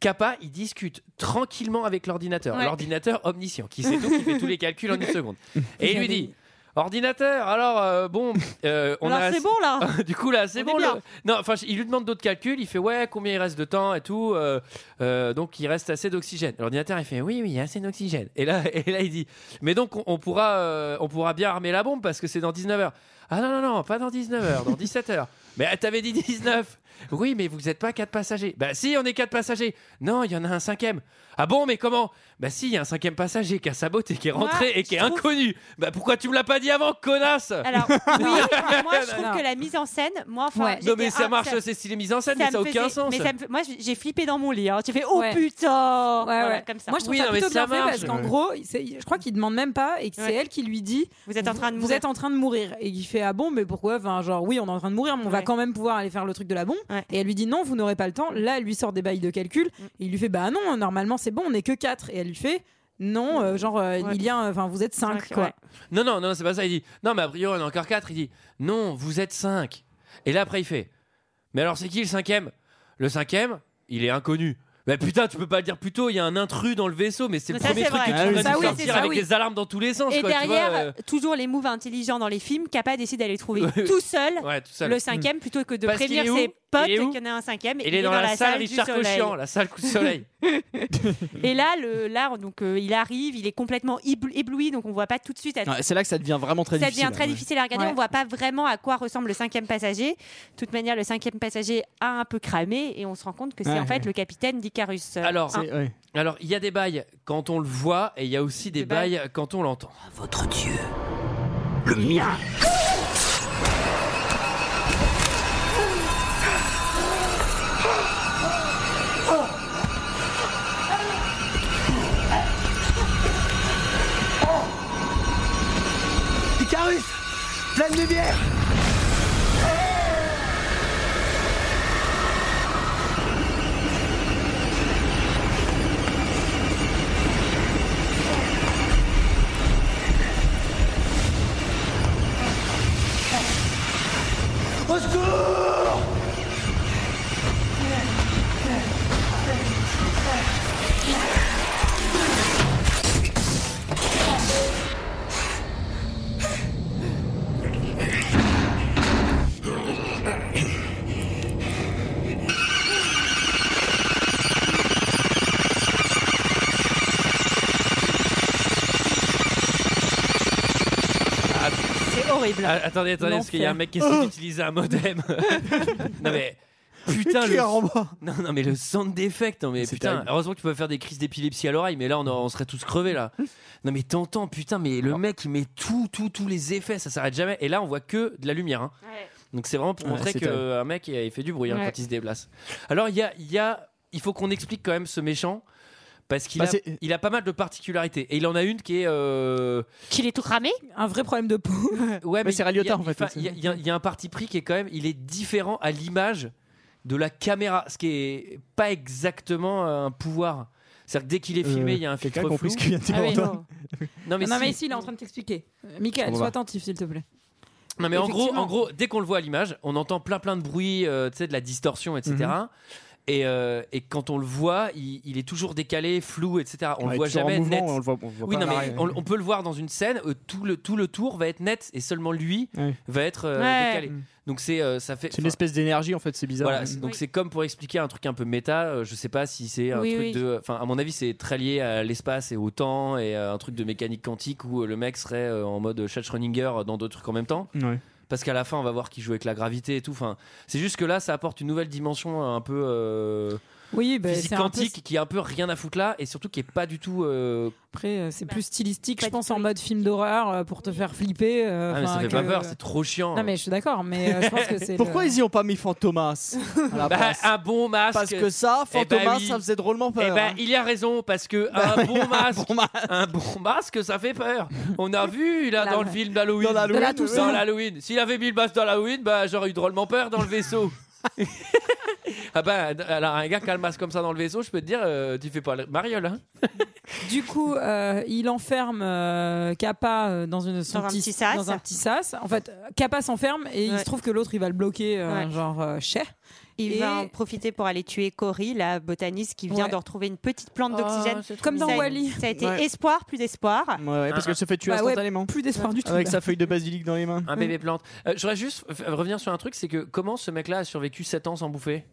S1: Kappa, il discute tranquillement avec l'ordinateur,
S13: Ouais.
S1: l'ordinateur omniscient qui sait tout, qui fait tous les calculs en une seconde, et il lui dit. Ordinateur, alors euh, bon, euh, on
S6: Alors,
S1: a
S6: c'est bon, là.
S1: du coup là, c'est
S6: On
S1: bon.
S6: est
S1: le-
S6: bien.
S1: Non, enfin, je- il lui demande d'autres calculs. Il fait ouais, combien il reste de temps et tout. euh, euh, donc il reste assez d'oxygène. L'ordinateur il fait oui, oui, il y a assez d'oxygène. Et là, et là il dit mais donc on, on pourra, euh, on pourra bien armer la bombe parce que c'est dans 19 heures. Ah non non non, pas dans 19 heures, dans 17 heures. Mais euh, t'avais dit 19. Oui, mais vous n'êtes pas quatre passagers. Bah si, on est quatre passagers. Non, il y en a un cinquième. Ah bon, mais comment Bah si, il y a un cinquième passager qui a saboté, qui est rentré
S6: Moi,
S1: et qui est
S6: je trouve- Eh
S1: inconnu. Bah pourquoi tu me l'as pas dit avant, connasse
S6: Alors, oui, moi, je trouve que la mise en scène, moi, enfin,
S1: non
S6: j'étais-
S1: mais ça
S6: ah,
S1: marche, c'est stylé mise en scène, mais
S6: me
S1: ça n'a
S6: faisait-
S1: aucun sens.
S6: Mais ça me fait- moi, j'ai- j'ai flippé dans mon lit. Hein. J'ai fait oh
S11: Ouais.
S6: putain,
S11: Ouais,
S6: Voilà,
S11: ouais.
S6: comme ça.
S11: Moi, je trouve
S1: Oui,
S11: ça
S1: non, mais
S11: plutôt
S1: ça
S11: bien fait
S1: marche.
S11: parce qu'en
S1: Ouais.
S11: gros, il- c'est- je crois qu'il demande même pas et que c'est
S6: Ouais.
S11: elle qui lui dit
S6: Vous êtes en train de
S11: vous
S6: mourir.
S11: êtes en train de mourir et il fait ah bon mais pourquoi enfin genre oui on est en train de mourir mais on va quand même pouvoir aller faire le truc de la bombe et elle lui dit non vous n'aurez pas le temps là elle lui sort des bails de calcul
S6: Mm.
S11: et il lui fait bah non normalement c'est bon on est que 4 et elle lui fait non euh, genre euh, il y a un- enfin vous êtes 5 quoi
S1: Non, non, non, c'est pas ça. Il dit Non, mais a priori, on est encore 4. Il dit Non, vous êtes 5. Et là, après, il fait Mais alors, c'est qui le cinquième Le cinquième, il est inconnu. Mais putain, tu peux pas le dire plus tôt, il y a un intrus dans le vaisseau, mais c'est le
S6: Mais ça,
S1: premier
S6: c'est
S1: truc
S6: vrai.
S1: que
S6: Ah
S1: tu
S6: oui,
S1: vas
S6: ça,
S1: nous
S6: oui,
S1: sortir
S6: c'est ça,
S1: avec
S6: oui.
S1: les alarmes dans tous les sens.
S6: Et
S1: quoi, tu vois,
S6: derrière,
S1: euh.
S6: toujours les moves intelligents dans les films. Kappa décide d'aller trouver
S1: Ouais.
S6: tout, seul
S1: Ouais, tout seul. Hmm.
S6: euh, le cinquième plutôt que de
S1: Parce qu'il
S6: prévenir
S1: est où
S6: ses potes
S1: Il est où
S6: qu'il y en a un cinquième. et
S1: Il est dans la salle
S6: du
S1: Richard
S6: soleil.
S1: Cochian, la salle coup de soleil.
S6: Et là, le, là donc, euh, il arrive, il est complètement ébl- ébloui, donc on voit pas tout de suite. à-
S7: Ouais, C'est là que ça devient vraiment très
S6: ça
S7: difficile.
S6: devient très
S7: Ouais.
S6: difficile à regarder. On voit pas vraiment à quoi ressemble le cinquième passager. De toute manière, le cinquième passager a un peu cramé et on se rend compte que c'est
S1: Ouais.
S6: en fait le capitaine d'Icarus. euh,
S1: Alors,
S6: un.
S1: alors, il y a des bails quand on le voit et il y a aussi des bails quand on l'entend. Votre Dieu, le mien.
S2: Icarus Pleine lumière Au secours
S1: Ah, attendez, attendez, parce qu'il y a un mec qui essaie d'utiliser un modem. non mais. Putain, le. Non, non, mais le sound d'effect, non mais putain.
S13: terrible.
S1: Heureusement que tu peux faire des crises d'épilepsie à l'oreille, mais là on, on serait tous crevés là. Non mais t'entends, putain, mais le mec il met tout, tout, tous les effets, ça s'arrête jamais. Et là on voit que de la lumière. hein. Donc c'est vraiment pour
S13: Ouais,
S1: montrer
S13: c'est
S1: qu'un
S13: terrible.
S1: mec il il fait du bruit hein,
S13: Ouais.
S1: quand il se déplace. Alors il y a, il y a, il faut qu'on explique quand même ce méchant. Parce qu'il
S7: Bah,
S1: a,
S7: c'est-
S1: il a pas mal de particularités. Et il en a une qui est. euh,
S6: Qu'il est tout cramé
S11: Un vrai problème de peau.
S1: Ouais, mais
S7: c'est
S1: il-
S7: Raliotta,
S1: il y a-
S7: en fait.
S1: enfin, Il y, a- il y a- il y a un parti pris qui est quand même, il est différent à l'image de la caméra, ce qui est pas exactement un pouvoir. C'est-à-dire que dès qu'il est filmé,
S7: Euh,
S1: il y a un filtre
S7: quelqu'un a
S1: flou.
S7: compris ce qu'il vient de dire, Ah oui. Antoine
S1: Non mais,
S11: non,
S1: si.
S11: mais ici, il est en train de t'expliquer. Euh, Michael,
S1: On
S11: sois
S1: va.
S11: attentif, s'il te plaît.
S1: Non, mais en gros,
S11: Effectivement.
S1: en gros, dès qu'on le voit à l'image, on entend plein plein de bruits, euh, tu sais, de la distorsion, etc.
S11: Mhm.
S1: Et, euh, et quand on le voit, il, il est toujours décalé, flou, etc. On
S7: Ouais,
S1: le voit
S7: toujours en
S1: jamais
S7: mouvement, hein,
S1: net.
S7: on le voit- on le voit
S1: oui,
S7: pas
S1: non, mais
S7: pareil.
S1: on, on peut le voir dans une scène, euh, tout le tout le tour va être net et seulement lui va être euh,
S7: Ouais.
S1: décalé. Donc c'est euh, ça fait.
S7: C'est une espèce d'énergie en fait, c'est bizarre.
S1: Voilà, c'est- donc c'est comme pour expliquer un truc un peu méta, euh, je sais pas si c'est un
S7: Oui,
S1: truc
S7: oui.
S1: de enfin à mon avis c'est très lié à l'espace et au temps et euh, un truc de mécanique quantique où euh, le mec serait euh, en mode Schrödinger dans deux trucs en même temps.
S7: Ouais.
S1: Parce qu'à la fin on va voir qu'il joue avec la gravité et tout enfin c'est juste que là ça apporte une nouvelle dimension euh, un peu euh,
S11: Oui, bah,
S1: physique
S11: c'est un peu-
S1: quantique qui a un peu rien à foutre là et surtout qui est pas du tout euh,
S11: Après, euh,
S6: Bah,
S11: c'est plus stylistique, je pense, en mode film d'horreur euh, pour te faire flipper. euh,
S1: ah, mais ça
S11: enfin,
S1: fait pas
S11: que-
S1: peur, c'est trop chiant.
S11: Non, mais je suis d'accord, mais euh, je pense que c'est.
S7: Pourquoi ils y ont pas mis Fantomas à la
S1: Bah,
S7: place
S1: un bon masque.
S7: Parce que ça,
S1: Eh ben
S7: Fantomas,
S1: oui.
S7: ça faisait drôlement peur.
S1: Eh ben,
S7: hein.
S1: il y a raison parce que un, bon masque, un bon masque, ça fait peur. On a vu là
S13: Là,
S1: dans le
S13: ouais.
S1: film d'Halloween,
S13: Dans l'Halloween, De la Toussaint.
S1: Dans l'Halloween. S'il avait mis le masque dans l'Halloween, bah j'aurais eu drôlement peur dans le vaisseau. ah ben, alors un gars qui a le masque comme ça dans le vaisseau, je peux te dire, euh, tu fais pas le mariole. Hein
S11: Du coup, euh, il enferme euh, Kappa euh, dans, une, son
S6: Dans un petit sas.
S11: dans un petit sas. En fait, euh, Kappa s'enferme et il
S6: Ouais.
S11: se trouve que l'autre, il va le bloquer, euh,
S6: Ouais.
S11: genre, euh, chez.
S6: Il
S11: Et-
S6: va en profiter pour aller tuer Cory, la botaniste qui vient
S11: Ouais.
S6: de retrouver une petite plante
S11: Oh,
S6: d'oxygène.
S11: c'est trop Comme dans
S6: Ça a-
S11: Wall-E.
S6: Ça a été
S7: Ouais.
S6: espoir, plus espoir.
S7: Ouais, ouais,
S1: Ah.
S7: parce qu'elle se fait tuer
S6: Bah ouais,
S7: instantanément.
S11: plus d'espoir du tout,
S7: Avec
S11: là.
S7: sa feuille de basilic dans les mains.
S1: Un
S11: Mm.
S1: bébé plante. Euh, J'aurais juste f- revenir sur un truc, c'est que comment ce mec-là a survécu 7 ans sans bouffer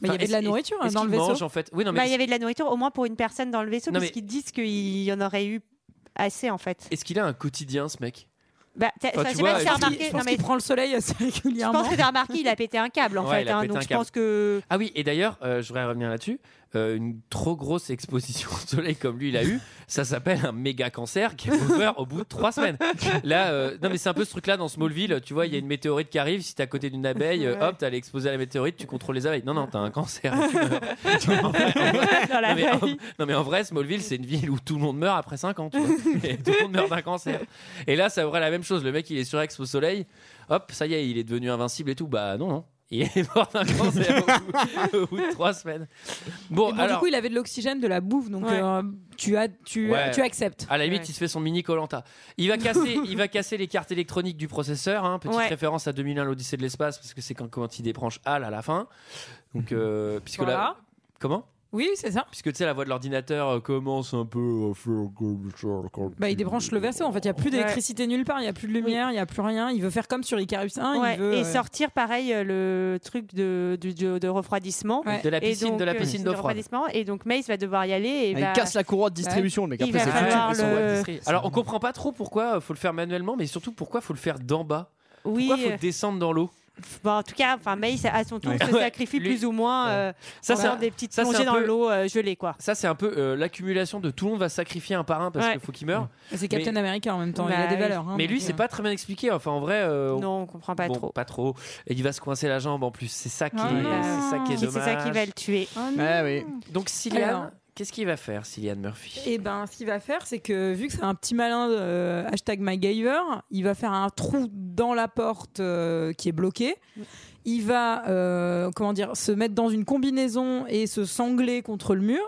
S11: Mais il y
S1: Enfin,
S11: avait de la
S1: est-ce-
S11: nourriture, hein,
S1: est-ce
S11: dans
S1: qu'il
S11: le vaisseau.
S1: mange, en fait. Oui, non, mais
S6: Bah, il y avait de la nourriture au moins pour une personne dans le vaisseau,
S1: Non,
S6: parce
S1: mais-
S6: qu'ils disent qu'il y en aurait eu assez en fait.
S1: est-ce qu'il a un quotidien ce mec
S6: Bah, t'as-
S1: Enfin,
S6: enfin,
S1: tu
S6: je sais pas
S1: vois,
S6: si t'as
S1: je pense
S6: remarqué.
S11: qu'il- je
S6: non,
S11: pense
S6: mais
S11: qu'il prend le
S1: euh,
S11: soleil assez
S6: Je
S11: régulièrement.
S6: pense que t'as remarqué, il a pété un câble en
S1: Ouais, il
S6: fait.
S1: a
S6: hein,
S1: pété
S6: donc
S1: un
S6: je
S1: câble.
S6: pense que.
S1: Ah oui, et d'ailleurs, euh, je voudrais revenir là-dessus. euh, une trop grosse exposition au soleil comme lui il a eu, ça s'appelle un méga cancer qui est over au bout de trois semaines. Là, euh, non mais c'est un peu ce truc-là dans Smallville, tu vois, il y a une météorite qui arrive, si t'es à côté d'une abeille, euh, hop, t'as l'exposé à la météorite, tu contrôles les abeilles. Non, non, t'as un cancer. tu meurs. En vrai, en vrai-
S13: Dans la
S1: non, mais en-
S13: vraie
S1: non mais en vrai, Smallville, c'est une ville où tout le monde meurt après 5 ans, tu vois. Et tout le monde meurt d'un cancer. Et là, ça aurait la même chose. Le mec, il est surexposé au soleil. Hop, ça y est, il est devenu invincible et tout. Bah non, non. Il est mort d'un cancer au bout- au bout de 3 semaines. Bon,
S11: Et bon,
S1: alors.
S11: du coup, il avait de l'oxygène, de la bouffe, donc
S1: Ouais.
S11: euh, tu, as, tu, euh,
S1: Ouais.
S11: tu acceptes.
S1: À la limite, il se fait son mini Colanta. Il va casser, il va casser les cartes électroniques du processeur. hein. petite
S11: Ouais.
S1: référence à 2001, l'Odyssée de l'espace, parce que c'est quand, quand il débranche HAL à la fin. Donc, euh, puisque là,
S11: Voilà.
S1: comment
S11: Oui, c'est ça.
S1: Puisque tu sais, la voix de l'ordinateur euh, commence un peu à faire comme ça, comme-
S11: Bah, il débranche le vaisseau. En fait, il n'y a plus d'électricité nulle part, il n'y a plus de lumière, il n'y a plus rien. Il veut faire comme sur Icarus 1.
S6: Ouais,
S11: il veut,
S6: et
S11: euh,
S6: sortir pareil euh, le truc de, du- du- de refroidissement
S11: Ouais. De la
S6: Et
S1: piscine-
S6: donc,
S1: de la
S6: euh,
S1: piscine
S6: de
S1: d'eau froide.
S6: refroidissement et donc Mace va devoir y aller et bah,
S7: Ah, il
S6: va-
S7: casse la courroie de distribution, le mec.
S6: Eh il
S7: Après,
S6: va
S7: c'est
S6: falloir
S7: foutu, ils sont
S6: le-
S7: boîtes de
S1: Euh, Alors, on comprend pas trop pourquoi euh, faut le faire manuellement, mais surtout pourquoi faut le faire d'en bas.
S6: Oui. euh,
S1: Pourquoi faut descendre dans l'eau
S6: Bon, en tout cas enfin Mace à son tour
S1: Ouais.
S6: se
S1: Ouais,
S6: sacrifie
S1: lui-
S6: plus ou moins euh,
S1: Ça,
S6: en
S1: c'est un-
S6: faisant des petites
S1: ça, c'est
S6: plongées
S1: un
S6: dans
S1: peu-
S6: l'eau euh, gelée quoi
S1: Ça, c'est un peu euh, l'accumulation de tout le monde va sacrifier un par un parce
S6: Ouais.
S1: qu'il faut qu'il meure.
S11: C'est Captain
S1: Mais-
S11: America en même temps, il a
S6: Bah,
S11: des valeurs. hein,
S1: mais lui,
S11: donc,
S1: c'est
S11: euh,
S1: pas très bien expliqué. Enfin, en vrai, euh,
S6: non, on comprend pas trop.
S1: Oh. Pas trop. Et il va se coincer la jambe en plus. C'est ça qui,
S6: Ah
S1: est,
S6: non.
S1: c'est ça qui est
S6: C'est
S1: dommage.
S6: ça qui va le tuer.
S11: Ah,
S1: Donc, Cillian,
S11: Alors.
S1: qu'est-ce qu'il va faire, Cillian Murphy
S11: Et ben, ce qu'il va faire, c'est que vu que c'est un petit malin euh, hashtag MacGyver, il va faire un trou dans la porte euh, qui est bloquée. Il va, euh, comment dire, se mettre dans une combinaison et se sangler contre le mur.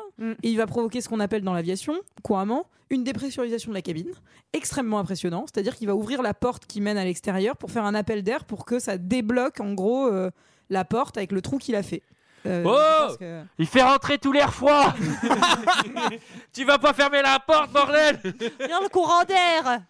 S11: Et il va provoquer ce qu'on appelle dans l'aviation, couramment, une dépressurisation de la cabine, extrêmement impressionnant. C'est-à-dire qu'il va ouvrir la porte qui mène à l'extérieur pour faire un appel d'air pour que ça débloque, en gros, euh, la porte avec le trou qu'il a fait. euh,
S1: Oh
S11: parce que-
S1: Il fait rentrer tout l'air froid Tu vas pas fermer la porte, bordel
S6: Dans le courant d'air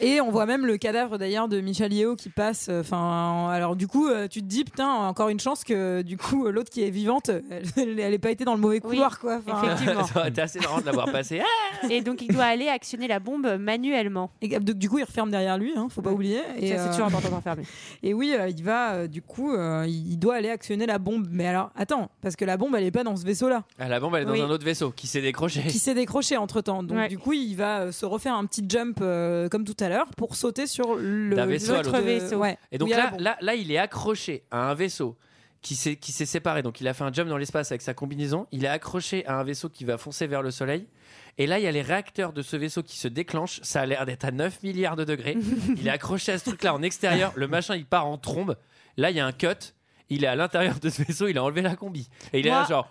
S11: Et on voit même le cadavre d'ailleurs de Michel Yeo qui passe. euh, Enfin, alors du coup, euh, tu te dis putain, encore une chance que du coup euh, l'autre qui est vivante, elle, elle, elle est pas été dans le mauvais couloir quoi. Enfin,
S1: Ça aurait été assez marrant de l'avoir passé. Ah
S6: Et donc il doit aller actionner la bombe manuellement.
S11: Et donc, du coup, il referme derrière lui, hein, faut pas oublier. Et,
S6: Ça, c'est
S11: euh,
S6: toujours important d'en fermer.
S11: Et oui, euh, il va euh, du coup, euh, il doit aller actionner la bombe. Mais alors, attends, parce que la bombe, elle est pas dans ce vaisseau-là.
S1: Ah, la bombe, elle est dans
S11: Oui.
S1: un autre vaisseau qui s'est décroché.
S11: qui s'est décroché entre temps. Donc
S1: Ouais.
S11: du coup, il va euh, se refaire un petit jump euh, comme tout à l'heure pour sauter sur le
S1: D'un vaisseau à
S11: l'autre
S1: l'autre.
S11: vaisseau. Ouais.
S1: Et donc
S11: Où il y a
S1: là,
S11: la bombe.
S1: là, là, il est accroché à un vaisseau qui s'est qui s'est séparé. Donc il a fait un jump dans l'espace avec sa combinaison. Il est accroché à un vaisseau qui va foncer vers le soleil. Et là, il y a les réacteurs de ce vaisseau qui se déclenchent. Ça a l'air d'être à 9 milliards de degrés. il est accroché à ce truc-là en extérieur. Le machin, il part en trombe. Là, il y a un cut. Il est à l'intérieur de ce vaisseau. Il a enlevé la combi. Et il est
S6: Moi,
S1: là, genre.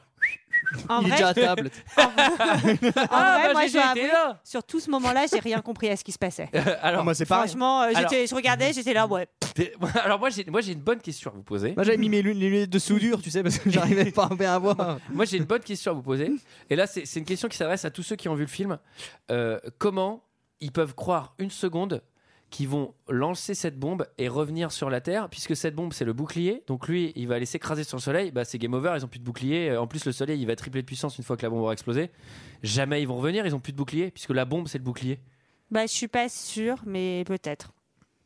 S6: en
S1: Il est
S6: vrai-
S1: déjà à table.
S6: En
S1: Ah,
S6: vrai,
S1: bah,
S6: moi,
S1: j'ai
S6: je dois
S1: été
S6: avouer, sur tout ce moment-là, j'ai rien compris à ce qui se passait.
S1: euh, alors, moi, c'est pas. Mhm.
S6: Franchement, euh, j'étais- je regardais, j'étais là, ouais.
S1: Alors, moi, j'ai moi, j'ai une bonne question à vous poser.
S7: Moi j'avais mis mes lun- les lunettes de soudure, tu sais, parce que j'arrivais pas à bien voir.
S1: Moi, j'ai une bonne question à vous poser. Et là, c'est c'est une question qui s'adresse à tous ceux qui ont vu le film. Euh, comment ils peuvent croire une seconde qu'ils vont lancer cette bombe et revenir sur la Terre, puisque cette bombe, c'est le bouclier. Donc lui, il va aller s'écraser sur le Soleil. Bah, c'est game over, ils ont plus de bouclier. Euh, En plus, le Soleil, il va tripler de puissance une fois que la bombe aura explosé. Jamais ils vont revenir, ils ont plus de bouclier, puisque la bombe, c'est le bouclier.
S6: Bah, je suis pas sûre, mais peut-être.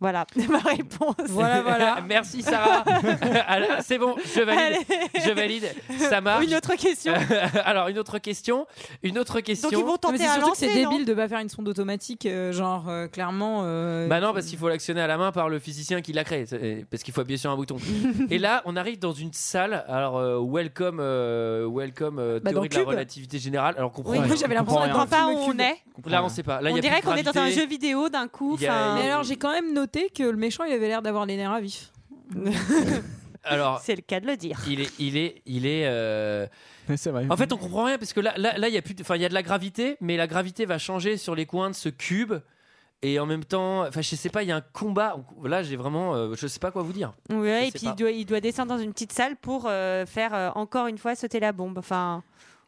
S6: Voilà ma réponse.
S1: Voilà, voilà. Merci, Sarah. Alors, c'est bon, je valide.
S6: Allez.
S1: Je valide. Ça marche.
S6: Une autre question.
S1: Alors, une autre question. Une autre question.
S11: Non, mais c'est surtout que c'est débile de pas faire une sonde automatique, euh, genre euh, clairement. euh,
S1: Bah non, parce qu'il faut l'actionner à la main par le physicien qui l'a créé, c'est- parce qu'il faut appuyer sur un bouton. et là, on arrive dans une salle, alors euh, welcome, euh, welcome euh,
S11: Bah, dans
S1: théorie de la
S11: Cube.
S1: relativité générale. Alors comprend
S11: Oui, moi, j'avais l'impression
S1: qu'on
S11: d'être dans un film
S6: Cube.
S1: Là, on sait pas. Là,
S6: On
S1: y a
S6: dirait
S1: plus de
S6: qu'on est dans un
S1: gravité.
S6: jeu vidéo d'un coup.
S1: Il y a-
S6: enfin-
S11: Mais alors j'ai quand même noté que le méchant il avait l'air d'avoir les nerfs à vif.
S1: Alors,
S6: c'est le cas de le dire.
S1: Il est, il est, il est. euh, En fait, on comprend rien parce que là, là, là, il y a plus, de... enfin, il y a de la gravité, mais la gravité va changer sur les coins de ce cube. Et en même temps, enfin, je sais pas, il y a un combat. Là, j'ai vraiment, euh, je sais pas quoi vous dire.
S6: Ouais, et
S1: sais
S6: puis
S1: pas.
S6: il doit, il doit descendre dans une petite salle pour euh, faire euh, encore une fois sauter la bombe. Enfin,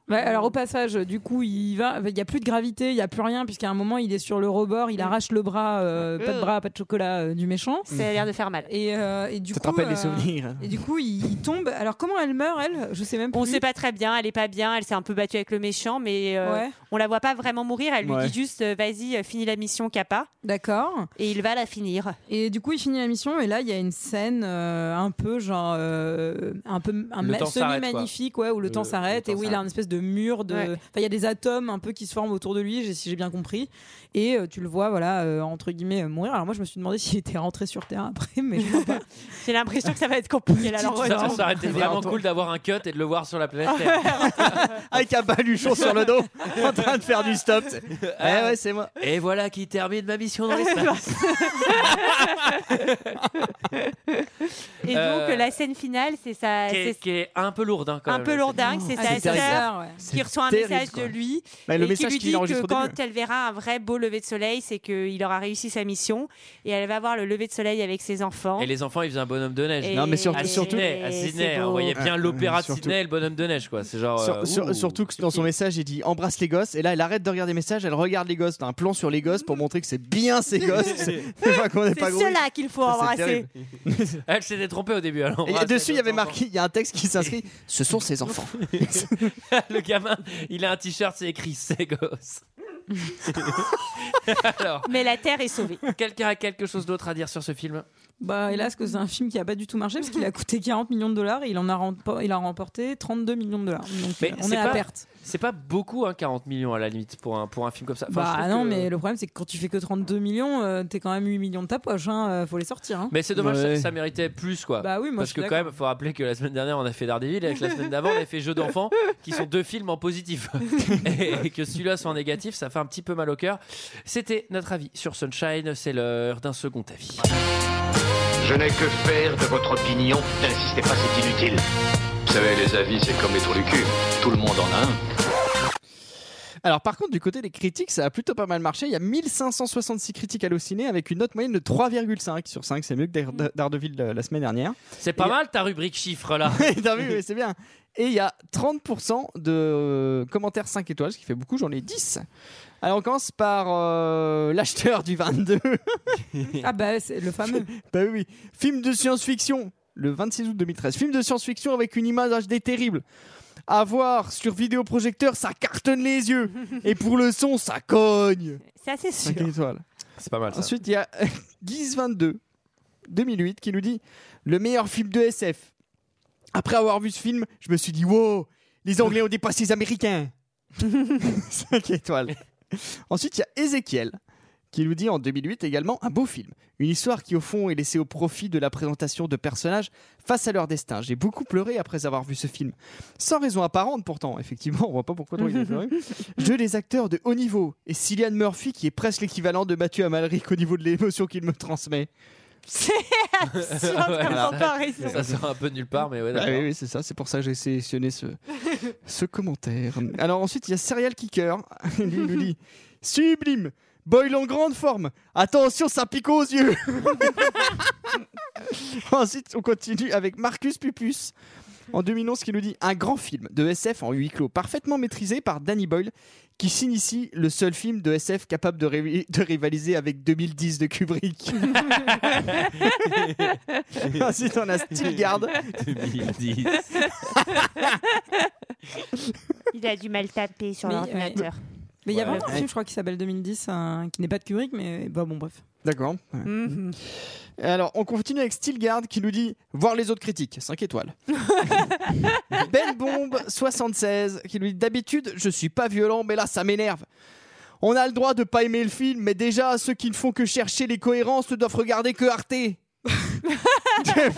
S11: Ouais, alors au passage, du coup, il va, il y a plus de gravité, il y a plus rien puisqu'à un moment il est sur le rebord, il arrache le bras, euh, pas de bras, pas de chocolat euh, du méchant.
S6: ça
S1: Mhm.
S6: a l'air de faire mal.
S11: Et, euh, et du
S7: Ça te
S11: coup,
S7: rappelle les
S11: euh,
S7: souvenirs.
S11: Et du coup, il, il tombe. Alors comment elle meurt, elle Je sais même. Plus.
S6: On sait pas très bien, elle est pas bien, elle s'est un peu battue avec le méchant, mais euh,
S11: Ouais.
S6: on la voit pas vraiment mourir. Elle lui
S11: Ouais.
S6: dit juste euh, vas-y, euh, finis la mission Kappa.
S11: D'accord.
S6: Et il va la finir.
S11: Et du coup, il finit la mission. Et là, il y a une scène euh, un peu genre euh, un peu un
S6: Le
S11: ma-
S6: temps
S11: semi
S6: s'arrête, quoi.
S11: magnifique, ouais, où le,
S6: Le-
S11: temps
S6: le
S11: s'arrête
S6: temps
S11: et où il a
S6: s'arrête.
S11: un espèce de mur de.
S6: Ouais.
S11: Enfin, il y a des atomes un peu qui se forment autour de lui, j'ai- si j'ai bien compris. Et euh, tu le vois, voilà, euh, entre guillemets, euh, mourir. Alors moi, je me suis demandé s'il était rentré sur Terre après, mais je crois pas.
S6: J'ai l'impression que ça va être compliqué là.
S1: Ça, ça, ça aurait été vraiment cool d'avoir un cut et de le voir sur la planète Terre.
S7: Avec un baluchon sur le dos, en train de faire du stop. tu sais. Ouais, ouais, c'est moi.
S1: Et voilà qui termine ma mission dans l'espace.
S6: Et
S1: Euh,
S6: donc la scène finale, Ah, c'est ça.
S1: qui, est, qui est un peu lourde. hein, quand
S6: un
S1: même,
S6: peu
S1: la
S6: lourdingue,
S1: scène.
S6: Ah, c'est sa sœur qui
S1: C'est
S6: reçoit un
S1: terrible,
S6: message
S1: quoi.
S6: de lui
S1: Bah, le
S6: et
S1: message
S6: qui lui
S1: qu'il
S6: dit que
S1: enregistre au
S6: quand
S1: début.
S6: elle verra un vrai beau lever de soleil, c'est qu'il aura réussi sa mission et elle va voir le lever de soleil avec ses enfants.
S1: Et les enfants, ils faisaient un bonhomme de neige.
S6: Et- Non, mais surtout-
S1: à
S6: surtout-
S1: Sydney, à
S6: c'est
S1: Sydney, hein,
S6: beau.
S1: on voyait bien
S7: Ouais,
S1: l'opéra de
S7: Ah, surtout-
S1: Sydney et le bonhomme de neige, quoi. C'est genre. euh,
S7: Sur- sur-
S1: ouh.
S7: surtout que dans son message, il dit embrasse les gosses. Et là, elle arrête de regarder les messages, elle regarde les gosses. T'as un plan sur les gosses pour montrer que c'est bien ces gosses. C'est pas qu'on est
S6: C'est
S7: pas gros.
S6: ceux-là qu'il faut
S7: Ça, c'est
S6: embrasser.
S7: terrible.
S1: Elle s'était trompée au début. Alors, Ah,
S7: Et dessus, il y avait marqué, il y a un texte qui s'inscrit Ce sont ses enfants.
S1: le gamin, il a un t-shirt, c'est écrit c'est gosse. Alors,
S6: Mais la Terre est sauvée.
S1: Quelqu'un a quelque chose d'autre à dire sur ce film
S11: Bah hélas que c'est un film qui a pas du tout marché parce qu'il a coûté 40 millions de dollars et il en a, rempo- il a remporté 32 millions de dollars. Donc euh, on
S1: c'est
S11: est à
S1: pas-
S11: perte.
S1: C'est pas beaucoup, hein, 40 millions à la limite pour un, pour un film comme ça. Enfin, je
S11: bah
S1: trouve
S11: non
S1: que-
S11: mais le problème c'est que quand tu fais que 32 millions, euh, t'es quand même 8 millions de ta poche, hein, euh, faut les sortir. hein.
S1: Mais c'est dommage, ça, ça méritait plus quoi.
S11: Bah oui, moi,
S1: Parce
S11: je
S1: que
S11: suis
S1: quand
S11: d'accord.
S1: même, faut rappeler que la semaine dernière on a fait Daredevil et que la semaine d'avant on a fait Jeux d'enfants, qui sont deux films en positif. et que celui-là soit en négatif, ça fait un petit peu mal au cœur. C'était notre avis sur Sunshine, c'est l'heure d'un second avis.
S13: Je n'ai que faire de votre opinion. N'insistez pas, c'est inutile. Vous savez, les avis, c'est comme les trous du cul. Tout le monde en a un.
S7: Alors par contre, du côté des critiques, ça a plutôt pas mal marché. Il y a 1566 critiques hallucinées avec une note moyenne de 3,5 sur 5. C'est mieux que Dare- Dare- Daredevil euh, la semaine dernière.
S1: C'est pas mal ta rubrique chiffres là.
S7: T'as vu, oui, c'est bien. Et il y a 30% de euh, commentaires 5 étoiles, ce qui fait beaucoup, j'en ai 10. Alors on commence par euh, l'acheteur du 22.
S11: ah bah c'est le fameux.
S7: bah oui, oui. Film de science-fiction, le 26 août 2013. Film de science-fiction avec une image HD terrible. À voir sur vidéoprojecteur, ça cartonne les yeux. Et pour le son, ça cogne.
S6: Ça, c'est sûr.
S7: Cinq étoiles.
S1: C'est pas mal ça.
S7: Ensuite, il y a Guise22, 2008, qui nous dit Le meilleur film de SF. Après avoir vu ce film, je me suis dit Wow, les Anglais ont dépassé les Américains. 5 étoiles. Ensuite, il y a Ézéchiel, qui nous dit en 2008 également un beau film. Une histoire qui, au fond, est laissée au profit de la présentation de personnages face à leur destin. J'ai beaucoup pleuré après avoir vu ce film. Sans raison apparente, pourtant. Effectivement, on voit pas pourquoi tant il a pleuré. Jeu des acteurs de haut niveau et Cillian Murphy, qui est presque l'équivalent de Mathieu Amalric au niveau de l'émotion qu'il me transmet.
S6: C'est absurde
S1: Ouais,
S6: comme
S1: alors,
S6: comparaison.
S1: Ça sort un peu de nulle part, mais ouais,
S7: Bah
S1: d'accord.
S7: oui, oui, c'est ça, c'est pour ça que j'ai sélectionné ce, ce commentaire. Alors ensuite, il y a Serial Kicker. Lui, il nous dit Sublime Boyle en grande forme Attention, ça pique aux yeux Ensuite, on continue avec Marcus Pupus. En 2011, qui nous dit un grand film de SF en huis clos, parfaitement maîtrisé par Danny Boyle, qui signe ici le seul film de SF capable de, rivi- de rivaliser avec 2010 de Kubrick. Ensuite, on a Stilgard.
S14: 2010.
S6: Il a du mal taper sur
S11: Mais,
S6: l'ordinateur.
S11: ouais. Mais il y a
S6: Ouais.
S11: vraiment un film, je crois, qui s'appelle 2010, un- qui n'est pas de Kubrick, mais bah, bon, bref.
S7: D'accord. ouais. Et Alors, on continue avec Stilgard qui nous dit voir les autres critiques, 5 étoiles. ben Bombe 76 qui lui dit d'habitude, je suis pas violent mais là ça m'énerve. On a le droit de pas aimer le film, mais déjà ceux qui ne font que chercher les cohérences ne doivent regarder que Arte. de,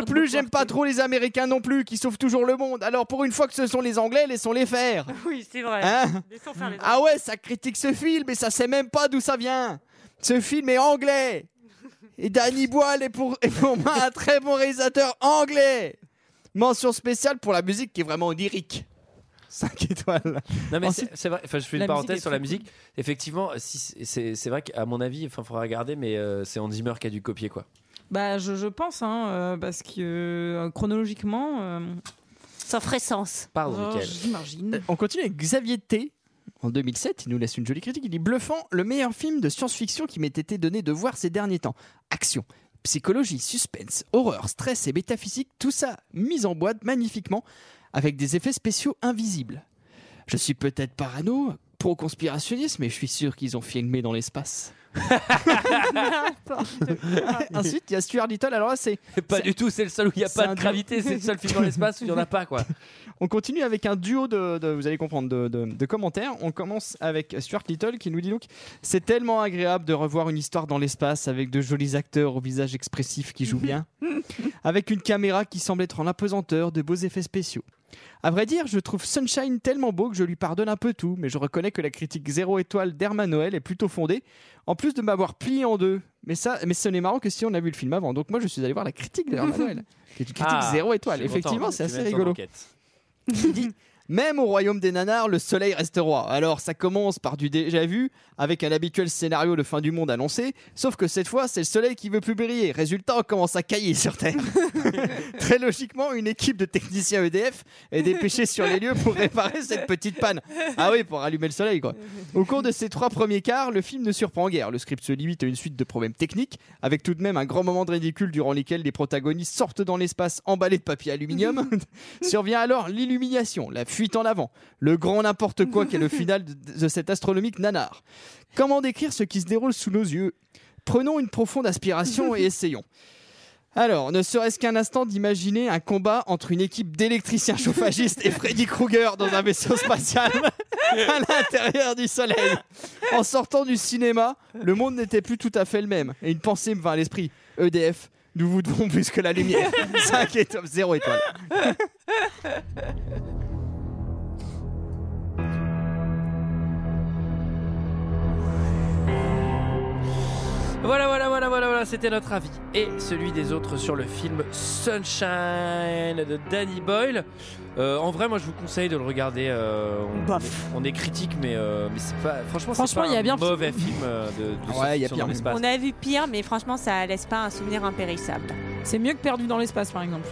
S7: de plus, j'aime pas trop les Américains non plus, qui sauvent toujours le monde. Alors pour une fois que ce sont les Anglais, laissons-les faire.
S1: Ah.
S6: Oui, c'est vrai.
S7: Hein
S6: Laissons faire les
S7: ah ouais, ça critique ce film et ça sait même pas d'où ça vient. Ce film est anglais. Et Danny Boyle est pour, est pour moi un très bon réalisateur anglais. Mention spéciale pour la musique qui est vraiment onirique. 5 étoiles.
S1: Non mais
S7: Ensuite-
S1: c'est- c'est vrai. Enfin, je fais une
S7: La musique
S1: parenthèse
S7: est
S1: sur la
S7: très
S1: musique. Effectivement, si c'est- c'est c'est vrai qu'à mon avis, enfin, faudra regarder, mais euh, c'est Hans Zimmer qui a dû copier quoi.
S11: Bah, je, je pense, hein, euh, parce que euh, chronologiquement. euh,
S6: Ça ferait sens.
S1: Pardon, Mickaël.
S11: J'imagine.
S7: Euh, On continue avec Xavier T. En 2007, il nous laisse une jolie critique. Il dit Bluffant, le meilleur film de science-fiction qui m'ait été donné de voir ces derniers temps. Action, psychologie, suspense, horreur, stress et métaphysique, tout ça mis en boîte magnifiquement avec des effets spéciaux invisibles. Je suis peut-être parano, pro-conspirationniste, mais je suis sûr qu'ils ont filmé dans l'espace. Ensuite, il y a Stuart Little. Alors là, c'est.
S1: Pas du tout. C'est le seul où il n'y a
S7: c'est
S1: pas
S7: un
S1: de
S7: duo.
S1: gravité. C'est le seul film dans l'espace où il n'y en a pas quoi.
S7: On continue avec un duo de, de- vous allez comprendre, de, de- de commentaires. On commence avec Stuart Little qui nous dit donc c'est tellement agréable de revoir une histoire dans l'espace avec de jolis acteurs au visage expressif qui jouent bien, avec une caméra qui semble être en apesanteur, de beaux effets spéciaux. À vrai dire, je trouve Sunshine tellement beau que je lui pardonne un peu tout, mais je reconnais que la critique zéro étoile d'Herman Noël est plutôt fondée, en plus de m'avoir plié en deux. Mais ça, mais ce n'est marrant que si on a vu le film avant. Donc moi, je suis allé voir la critique d'Herman Noël, qui est une critique
S1: Ah,
S7: zéro étoile.
S1: je suis content.
S7: Effectivement, c'est
S1: Tu
S7: assez
S1: mènes ton
S7: rigolo.
S1: enquête.
S7: Il dit Même au royaume des nanars, le soleil reste roi. Alors ça commence par du déjà vu, avec un habituel scénario de fin du monde annoncé, sauf que cette fois c'est le soleil qui veut plus briller. Résultat, on commence à cailler sur Terre. Très logiquement, une équipe de techniciens EDF est dépêchée sur les lieux pour réparer cette petite panne. Ah oui, pour allumer le soleil quoi. Au cours de ces trois premiers quarts, le film ne surprend guère. Le script se limite à une suite de problèmes techniques, avec tout de même un grand moment de ridicule durant lesquels les protagonistes sortent dans l'espace emballés de papier aluminium. Survient alors l'illumination, la fuite en avant, le grand n'importe quoi qui est le final de, de cet astronomique nanar. Comment décrire ce qui se déroule sous nos yeux Prenons une profonde aspiration et essayons. Alors, ne serait-ce qu'un instant d'imaginer un combat entre une équipe d'électriciens chauffagistes et Freddy Krueger dans un vaisseau spatial à l'intérieur du Soleil. En sortant du cinéma, le monde n'était plus tout à fait le même. Et une pensée me vint à l'esprit. EDF, nous vous devons plus que la lumière. 5 étoiles, 0 étoile.
S1: Voilà, voilà, voilà, voilà, voilà, c'était notre avis et celui des autres sur le film Sunshine de Danny Boyle. Euh, en vrai, moi, je vous conseille de le regarder. euh, on, on est critique, mais, euh, mais c'est pas. Franchement, c'est
S6: Franchement,
S1: pas
S6: il y a
S1: un
S6: bien pire.
S1: mauvais film euh, de, de
S7: Ouais, il y a
S1: science-fiction
S7: pire,
S1: dans
S7: mais
S1: l'espace.
S6: On a vu pire, mais franchement, ça laisse pas un souvenir impérissable.
S11: C'est mieux que perdu dans l'espace, par exemple.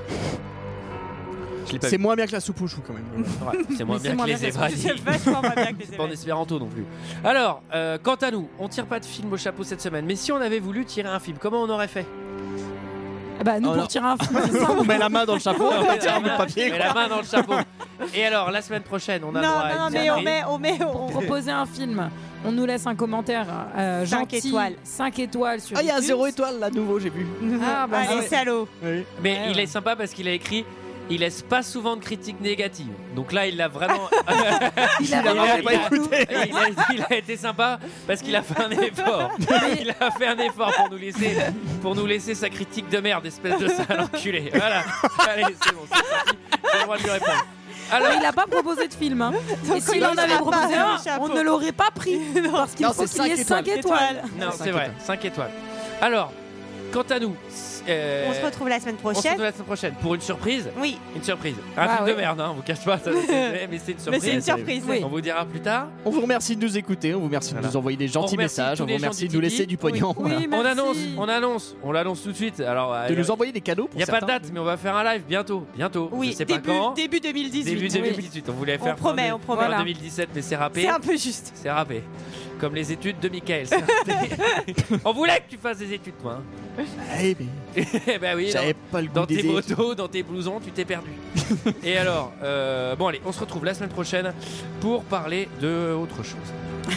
S7: C'est moins bien que la soupe aux choux quand même.
S1: Ouais, c'est moins
S7: Mais c'est
S1: bien
S7: moins
S1: que
S7: bien
S1: les
S7: que la
S1: Évadés.
S7: soupe aux choux. C'est vachement moins bien que les
S1: C'est pas en espéranto non plus. Alors, euh, quant à nous, on tire pas de film au chapeau cette semaine, mais si on avait voulu tirer un film, comment on aurait fait
S11: Bah, nous,
S1: Oh
S11: pour
S1: non.
S11: tirer un film, c'est simple.
S7: on met la main dans le chapeau,
S1: On
S7: on
S1: met
S7: tire un bout de papier.
S1: met
S7: quoi.
S1: la main dans le chapeau. Et alors, la semaine prochaine, on a
S11: Non,
S1: droit à
S11: non,
S1: une
S11: mais on
S1: série.
S11: met, on met, on proposait un film. On nous laisse un commentaire euh,
S6: Cinq
S11: gentil.
S6: étoles.
S11: 5 étoiles sur
S7: Ah, il y a un
S11: iTunes.
S7: zéro étoile là, nouveau, j'ai vu.
S11: Ah, bah,
S6: Allez,
S11: ouais.
S6: salaud
S1: Mais il
S11: euh.
S1: est sympa parce qu'il a écrit il laisse pas souvent de critiques négatives. Donc là, il l'a vraiment.
S11: Il a vraiment
S7: Bah,
S1: il a- il a- il a été sympa parce qu'il a fait un effort. Il a fait un effort pour nous laisser, pour nous laisser sa critique de merde, espèce de sale enculé. Voilà. Allez, c'est bon, c'est sorti. J'ai le droit de lui répondre. Alors,
S11: il a pas proposé de film. Hein.
S1: Donc,
S11: Et
S1: on
S11: s'il
S1: le
S11: en avait
S1: laissera
S11: proposé
S1: pas
S11: un,
S1: sur le
S11: on
S1: chapeau.
S11: ne l'aurait pas pris. Parce qu'il
S1: Non,
S11: faut
S1: c'est
S11: qu'il y ait
S1: cinq
S11: 5 étoles.
S1: Non, c'est vrai, 5 étoiles. Alors, quant à nous, euh,
S6: On se retrouve la semaine
S1: on se
S6: prochaine.
S1: retrouve la semaine prochaine pour une surprise.
S6: Oui.
S1: Une surprise. Un
S6: Ah
S1: truc de
S6: oui.
S1: merde, hein, on vous cache pas, ça, c'est- mais c'est une
S6: Mais
S1: surprise.
S6: c'est une surprise, oui.
S1: On vous dira plus tard.
S7: On vous remercie de nous écouter, on vous remercie de nous envoyer des
S1: On
S7: gentils
S1: remercie
S7: messages,
S1: tous
S7: on vous
S1: les gens du
S7: remercie de nous
S1: Tipeee.
S7: laisser du pognon. voilà.
S1: on annonce, on annonce, on l'annonce tout de suite. Alors, euh,
S7: De nous envoyer des cadeaux
S1: Il n'y a pas de date, mais on va faire un live bientôt. Bientôt.
S6: Oui,
S1: Je sais
S6: début,
S1: pas quand.
S6: début 2018.
S1: Début
S6: Oui.
S1: 2018. On voulait
S6: On
S1: faire.
S6: promet,
S1: fin
S6: on promet.
S1: fin
S6: Voilà.
S1: 2017, mais c'est râpé.
S6: C'est un peu juste.
S1: C'est râpé. Comme les études de Michael. c'est râpé. on voulait que tu fasses des études, toi. hein.
S7: Eh ben,
S1: Eh ben oui,
S7: J'avais
S1: dans,
S7: pas le goût
S1: dans
S7: des
S1: tes
S7: études.
S1: motos, dans tes blousons, tu t'es perdu. Et alors, euh, bon allez, on se retrouve la semaine prochaine pour parler de autre chose.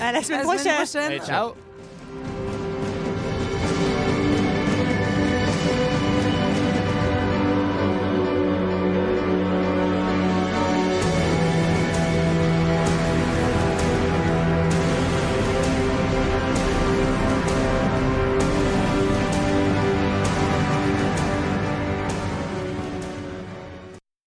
S6: À la semaine
S11: À la semaine
S6: prochaine.
S11: prochaine.
S1: Allez, ciao.